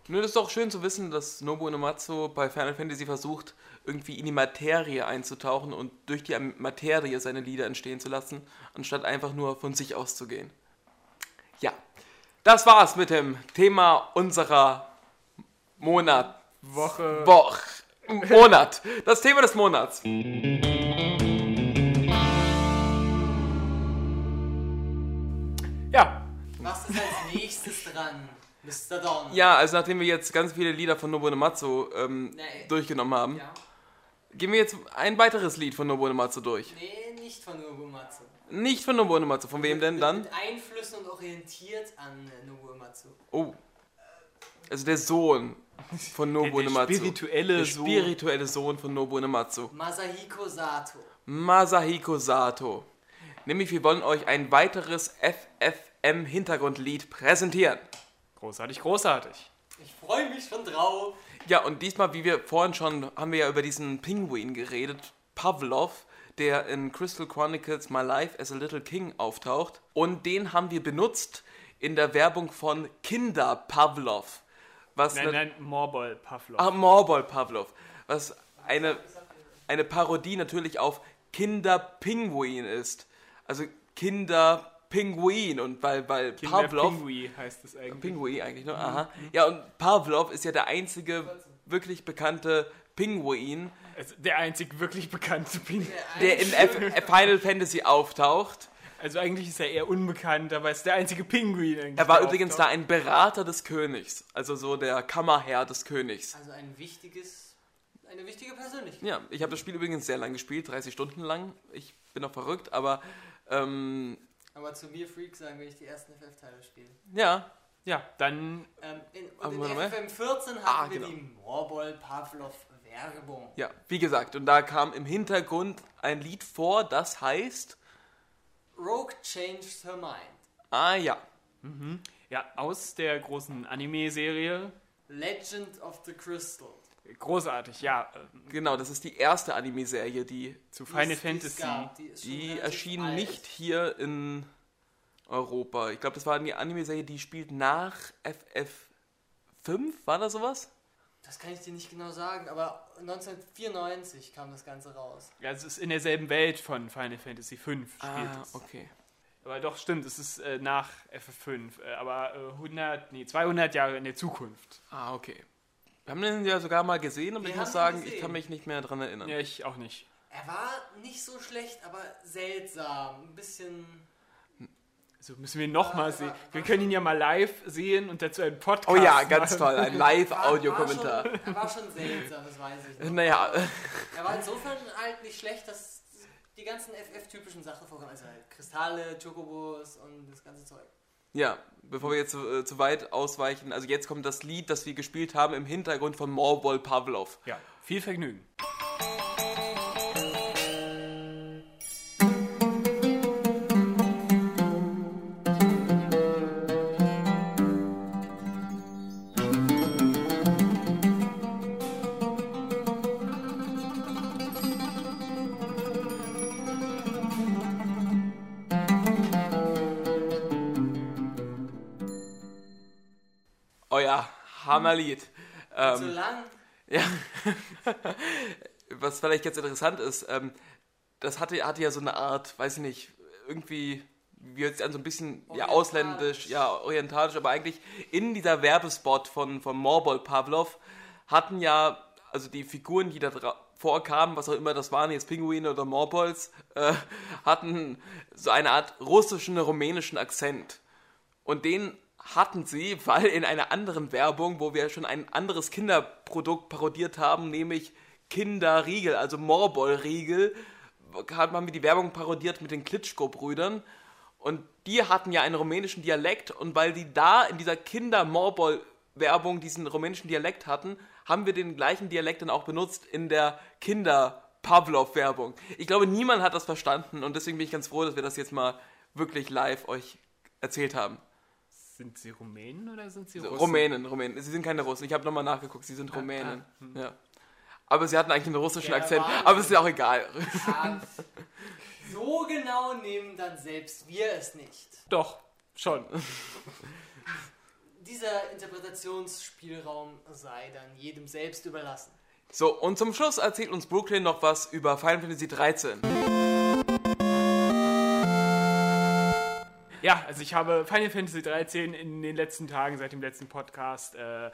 [SPEAKER 1] Nur das ist auch schön zu wissen, dass Nobu Uematsu bei Final Fantasy versucht, irgendwie in die Materie einzutauchen und durch die Materie seine Lieder entstehen zu lassen, anstatt einfach nur von sich auszugehen. Ja, das war's mit dem Thema unserer Monat
[SPEAKER 3] Woche.
[SPEAKER 1] Woch. Monat. Das Thema des Monats.
[SPEAKER 3] Ja.
[SPEAKER 2] Was ist als nächstes dran, Mr. Dawn?
[SPEAKER 1] Ja, also nachdem wir jetzt ganz viele Lieder von Nobunematsu ähm,
[SPEAKER 2] Nee.
[SPEAKER 1] durchgenommen haben,
[SPEAKER 2] Ja.
[SPEAKER 1] gehen wir jetzt ein weiteres Lied von Nobunematsu durch.
[SPEAKER 2] Nee, nicht von Nobumatsu.
[SPEAKER 1] Nicht von Nobunematsu. Von wem denn
[SPEAKER 2] mit,
[SPEAKER 1] dann?
[SPEAKER 2] Mit Einflüssen und orientiert an äh, Nobumatsu.
[SPEAKER 1] Oh. Also der Sohn von
[SPEAKER 3] Der, der
[SPEAKER 1] Nobunematsu.
[SPEAKER 3] spirituelle
[SPEAKER 1] Der
[SPEAKER 3] Sohn.
[SPEAKER 1] spirituelle Sohn von Nobunematsu.
[SPEAKER 2] Masahiko Sato.
[SPEAKER 1] Masahiko Sato. Nämlich, wir wollen euch ein weiteres FFM-Hintergrundlied präsentieren.
[SPEAKER 3] Großartig, großartig.
[SPEAKER 2] Ich freue mich schon drauf.
[SPEAKER 1] Ja, und diesmal, wie wir vorhin schon, haben wir ja über diesen Pinguin geredet, Pavlov, der in Crystal Chronicles My Life as a Little King auftaucht. Und den haben wir benutzt in der Werbung von Kinder Pavlov. Was
[SPEAKER 3] Nein,
[SPEAKER 1] eine-
[SPEAKER 3] nein, Morbol Pavlov.
[SPEAKER 1] Ah, Morbol Pavlov. Was eine, eine Parodie natürlich auf Kinderpinguin ist. Also Kinderpinguin und weil, weil Pavlov.
[SPEAKER 3] Pingui heißt es eigentlich.
[SPEAKER 1] Pinguin eigentlich,
[SPEAKER 3] Mhm.
[SPEAKER 1] ne? Aha. Ja, und Pavlov ist ja der einzige wirklich bekannte Pinguin,
[SPEAKER 3] Also der einzig wirklich bekannte Pinguin.
[SPEAKER 1] der in F Final Fantasy auftaucht.
[SPEAKER 3] Also eigentlich ist er eher unbekannt, aber ist der einzige Pinguin. eigentlich,
[SPEAKER 1] Er war
[SPEAKER 3] der
[SPEAKER 1] übrigens da
[SPEAKER 3] auftaucht.
[SPEAKER 1] ein Berater des Königs, also so der Kammerherr des Königs.
[SPEAKER 2] Also ein wichtiges, eine wichtige Persönlichkeit.
[SPEAKER 1] Ja, ich habe das Spiel übrigens sehr lang gespielt, 30 Stunden lang. Ich bin noch verrückt, aber ähm,
[SPEAKER 2] Aber zu mir Freak sagen, wenn ich die ersten FF-Teile spiele.
[SPEAKER 1] ja,
[SPEAKER 3] Ja, dann
[SPEAKER 2] Ähm, in, und
[SPEAKER 1] Aber Ah,
[SPEAKER 2] in
[SPEAKER 1] warte mal.
[SPEAKER 2] FFM14 hatten
[SPEAKER 1] Ah,
[SPEAKER 2] wir
[SPEAKER 1] genau.
[SPEAKER 2] die Morbol Pavlov Werbung.
[SPEAKER 1] ja, wie gesagt. Und da kam im Hintergrund ein Lied vor, das heißt,
[SPEAKER 2] Rogue changed her mind.
[SPEAKER 1] ah ja,
[SPEAKER 3] ja aus der großen Anime-Serie.
[SPEAKER 2] Legend of the Crystal.
[SPEAKER 3] Großartig, ja. ähm,
[SPEAKER 1] genau, das ist die erste Anime-Serie, die
[SPEAKER 3] Zu
[SPEAKER 2] Die
[SPEAKER 3] Final
[SPEAKER 2] es- die es
[SPEAKER 3] Fantasy.
[SPEAKER 2] gab, die ist schon
[SPEAKER 1] Die
[SPEAKER 2] relativ
[SPEAKER 1] erschien
[SPEAKER 2] alt.
[SPEAKER 1] nicht hier in Europa. Ich glaube, das war die Anime-Serie, die spielt nach FF5, war das sowas?
[SPEAKER 2] Das kann ich dir nicht genau sagen, aber 1994 kam das Ganze raus.
[SPEAKER 3] Ja, es ist in derselben Welt von Final Fantasy V spielt
[SPEAKER 1] Ah,
[SPEAKER 3] es.
[SPEAKER 1] okay.
[SPEAKER 3] Aber doch, stimmt, es ist äh, nach FF5, äh, aber äh, 100, nee, 200 Jahre in der Zukunft.
[SPEAKER 1] Ah, okay. Wir haben den ja sogar mal gesehen und
[SPEAKER 2] Wir
[SPEAKER 1] ich
[SPEAKER 2] haben
[SPEAKER 1] muss
[SPEAKER 2] ihn
[SPEAKER 1] sagen, ich
[SPEAKER 2] gesehen.
[SPEAKER 1] kann mich nicht mehr dran erinnern.
[SPEAKER 3] Ja, ich auch nicht.
[SPEAKER 2] Er war nicht so schlecht, aber seltsam. Ein bisschen.
[SPEAKER 3] Also müssen wir ihn noch mal sehen. Wir können ihn ja mal live sehen und dazu einen Podcast
[SPEAKER 1] Oh ja, ganz
[SPEAKER 3] machen.
[SPEAKER 1] toll. Ein
[SPEAKER 2] war-
[SPEAKER 1] Live-Audio-Kommentar.
[SPEAKER 2] war schon- Er war schon seltsam, das weiß ich. Noch.
[SPEAKER 1] Naja,
[SPEAKER 2] Er war insofern halt nicht schlecht, dass die ganzen FF-typischen Sachen vorkommen. Also halt Kristalle, Chocobos und das ganze Zeug.
[SPEAKER 1] ja, bevor wir jetzt zu, äh, zu weit ausweichen, also jetzt kommt das Lied, das wir gespielt haben im Hintergrund von Morbol Pavlov.
[SPEAKER 3] Ja, viel Vergnügen.
[SPEAKER 1] Euer Hammerlied. Ähm.
[SPEAKER 2] so lang.
[SPEAKER 1] Ja. Was vielleicht jetzt interessant ist, ähm, das hatte, hatte ja so eine Art, weiß ich nicht, irgendwie, wie hört sich an, so ein bisschen ja, ausländisch, ja, orientalisch, aber eigentlich in dieser Werbespot von, von Morbol Pavlov hatten ja, also die Figuren, die da dra- vorkamen, was auch immer das waren, jetzt Pinguine oder Morbols, äh, hatten so eine Art russischen, rumänischen Akzent. Und den hatten sie, weil in einer anderen Werbung, wo wir schon ein anderes Kinderprodukt parodiert haben, nämlich Kinderriegel, also Morbolriegel, haben wir die Werbung parodiert mit den Klitschko-Brüdern. Und die hatten ja einen rumänischen Dialekt. Und weil die da in dieser Kinder-Morbol-Werbung diesen rumänischen Dialekt hatten, haben wir den gleichen Dialekt dann auch benutzt in der Kinder-Pavlov-Werbung. Ich glaube, niemand hat das verstanden. Und deswegen bin ich ganz froh, dass wir das jetzt mal wirklich live euch erzählt haben.
[SPEAKER 3] Sind sie Rumänen oder sind sie Russen? Ah,
[SPEAKER 1] Rumänen, Rumänen. Sie sind keine Russen. Ich habe nochmal nachgeguckt. Sie sind Rumänen.
[SPEAKER 3] hm.
[SPEAKER 1] Ja. Aber sie hatten eigentlich einen russischen
[SPEAKER 2] Ja,
[SPEAKER 1] Akzent.
[SPEAKER 2] Wahnsinn.
[SPEAKER 1] Aber es ist ja auch egal.
[SPEAKER 2] Ah, so genau nehmen dann selbst wir es nicht.
[SPEAKER 3] Doch, schon.
[SPEAKER 2] Dieser Interpretationsspielraum sei dann jedem selbst überlassen.
[SPEAKER 1] So, und zum Schluss erzählt uns Brooklyn noch was über Final Fantasy 13.
[SPEAKER 3] Ja, also ich habe Final Fantasy 13 in den letzten Tagen seit dem letzten Podcast äh,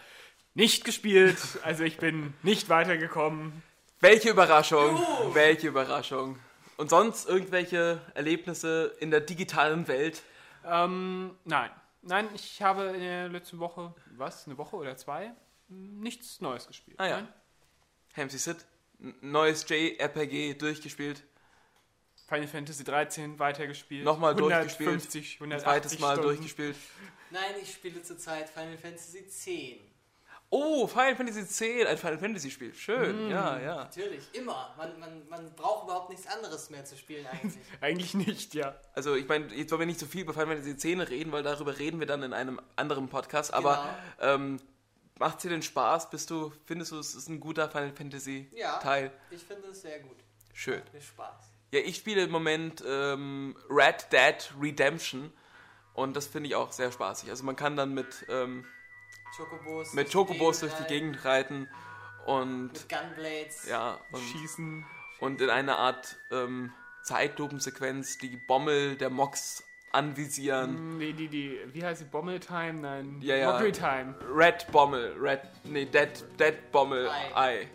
[SPEAKER 3] nicht gespielt. Also ich bin nicht weitergekommen.
[SPEAKER 1] Welche Überraschung. Welche Überraschung. Und sonst irgendwelche Erlebnisse in der digitalen Welt.
[SPEAKER 3] Ähm, nein. Nein, ich habe in der letzten Woche, was, eine Woche oder zwei, nichts Neues gespielt.
[SPEAKER 1] Ah ja.
[SPEAKER 3] Nein.
[SPEAKER 1] Hamsy Sid. n- Neues JRPG durchgespielt.
[SPEAKER 3] Final Fantasy 13 weitergespielt.
[SPEAKER 1] Nochmal
[SPEAKER 3] 150, 180
[SPEAKER 1] Ein zweites Mal
[SPEAKER 3] Stunden.
[SPEAKER 1] durchgespielt.
[SPEAKER 2] Nein, ich spiele zurzeit Final Fantasy X.
[SPEAKER 1] Oh, Final Fantasy 10. Ein Final Fantasy Spiel.
[SPEAKER 3] Mm.
[SPEAKER 1] Schön. Ja, ja.
[SPEAKER 2] Natürlich, immer. Man, man, man braucht überhaupt nichts anderes mehr zu spielen eigentlich.
[SPEAKER 3] Eigentlich nicht, ja.
[SPEAKER 1] Also ich meine, jetzt wollen wir nicht so viel über Final Fantasy 10 reden, weil darüber reden wir dann in einem anderen Podcast. Aber
[SPEAKER 2] Genau.
[SPEAKER 1] ähm, macht dir denn Spaß? Bist du, findest du, es ist ein guter Final Fantasy
[SPEAKER 2] Ja.
[SPEAKER 1] Teil?
[SPEAKER 2] Ich finde es sehr gut.
[SPEAKER 1] Schön.
[SPEAKER 2] Mir Spaß.
[SPEAKER 1] Ja, ich spiele im Moment ähm, Red Dead Redemption und das finde ich auch sehr spaßig. Also man kann dann mit, ähm,
[SPEAKER 2] Chocobos.
[SPEAKER 1] mit
[SPEAKER 2] durch die
[SPEAKER 1] Chocobos durch
[SPEAKER 2] Gegend
[SPEAKER 1] die
[SPEAKER 2] reiten,
[SPEAKER 1] Gegend reiten und
[SPEAKER 2] Mit Gunblades.
[SPEAKER 1] ja und,
[SPEAKER 3] Schießen.
[SPEAKER 1] und in eine Art ähm, Zeitlupensequenz, die Bommel der Mox anvisieren.
[SPEAKER 3] Nee, die, die, wie heißt die? Bommel Time? Nein.
[SPEAKER 1] Ja, ja.
[SPEAKER 3] Mockery Time.
[SPEAKER 1] Red Bommel, Red, nee, Dead, Dead Bommel,
[SPEAKER 2] Ei.
[SPEAKER 1] Ei.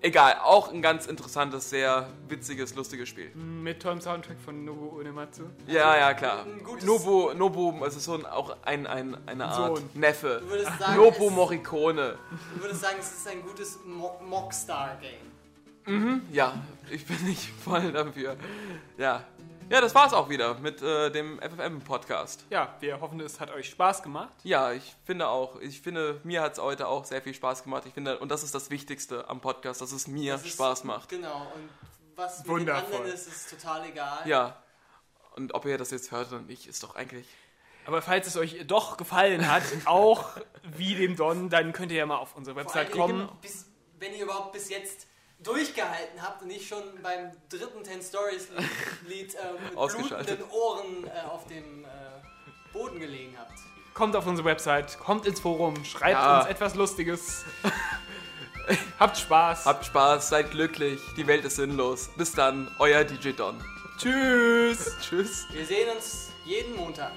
[SPEAKER 1] Egal, auch ein ganz interessantes, sehr witziges, lustiges Spiel.
[SPEAKER 3] Mit tollem Soundtrack von Nobu Uematsu.
[SPEAKER 1] Ja, ja, klar.
[SPEAKER 2] Also, Ein gutes-
[SPEAKER 1] Nobu, Nobu, es ist so ein, auch ein, ein, eine Art
[SPEAKER 3] Sohn.
[SPEAKER 1] Neffe.
[SPEAKER 2] Du würdest sagen,
[SPEAKER 1] Nobu
[SPEAKER 2] es-
[SPEAKER 1] Morricone.
[SPEAKER 2] Ich würde sagen, es ist ein gutes Mo Mockstar-Game.
[SPEAKER 1] Ja, ich bin nicht voll dafür. Ja. Ja, das war's auch wieder mit äh, dem FFM-Podcast.
[SPEAKER 3] Ja, wir hoffen, es hat euch Spaß gemacht.
[SPEAKER 1] Ja, ich finde auch, ich finde, mir hat's heute auch sehr viel Spaß gemacht. Ich finde, und das ist das Wichtigste am Podcast, dass es mir
[SPEAKER 2] Das ist-
[SPEAKER 1] Spaß macht.
[SPEAKER 2] Genau, und was mit
[SPEAKER 3] Wundervoll.
[SPEAKER 2] den anderen ist, ist total egal.
[SPEAKER 1] Ja. Und ob ihr das jetzt hört oder nicht, ist doch eigentlich.
[SPEAKER 3] Aber falls es euch doch gefallen hat, auch wie dem Don, dann könnt ihr ja mal auf unsere
[SPEAKER 2] Vor
[SPEAKER 3] Website
[SPEAKER 2] allen Dingen,
[SPEAKER 3] kommen.
[SPEAKER 2] Bis, wenn ihr überhaupt bis jetzt durchgehalten habt und nicht schon beim dritten Ten Stories Lied ähm, mit
[SPEAKER 1] Ausgeschaltet.
[SPEAKER 2] blutenden Ohren äh, auf dem äh, Boden gelegen habt.
[SPEAKER 3] Kommt auf unsere Website, kommt ins Forum, schreibt
[SPEAKER 1] Ja.
[SPEAKER 3] uns etwas Lustiges. Habt Spaß.
[SPEAKER 1] Habt Spaß, seid glücklich, die Welt ist sinnlos. Bis dann, euer DJ Don.
[SPEAKER 3] Tschüss.
[SPEAKER 1] Tschüss.
[SPEAKER 2] Wir sehen uns jeden Montag.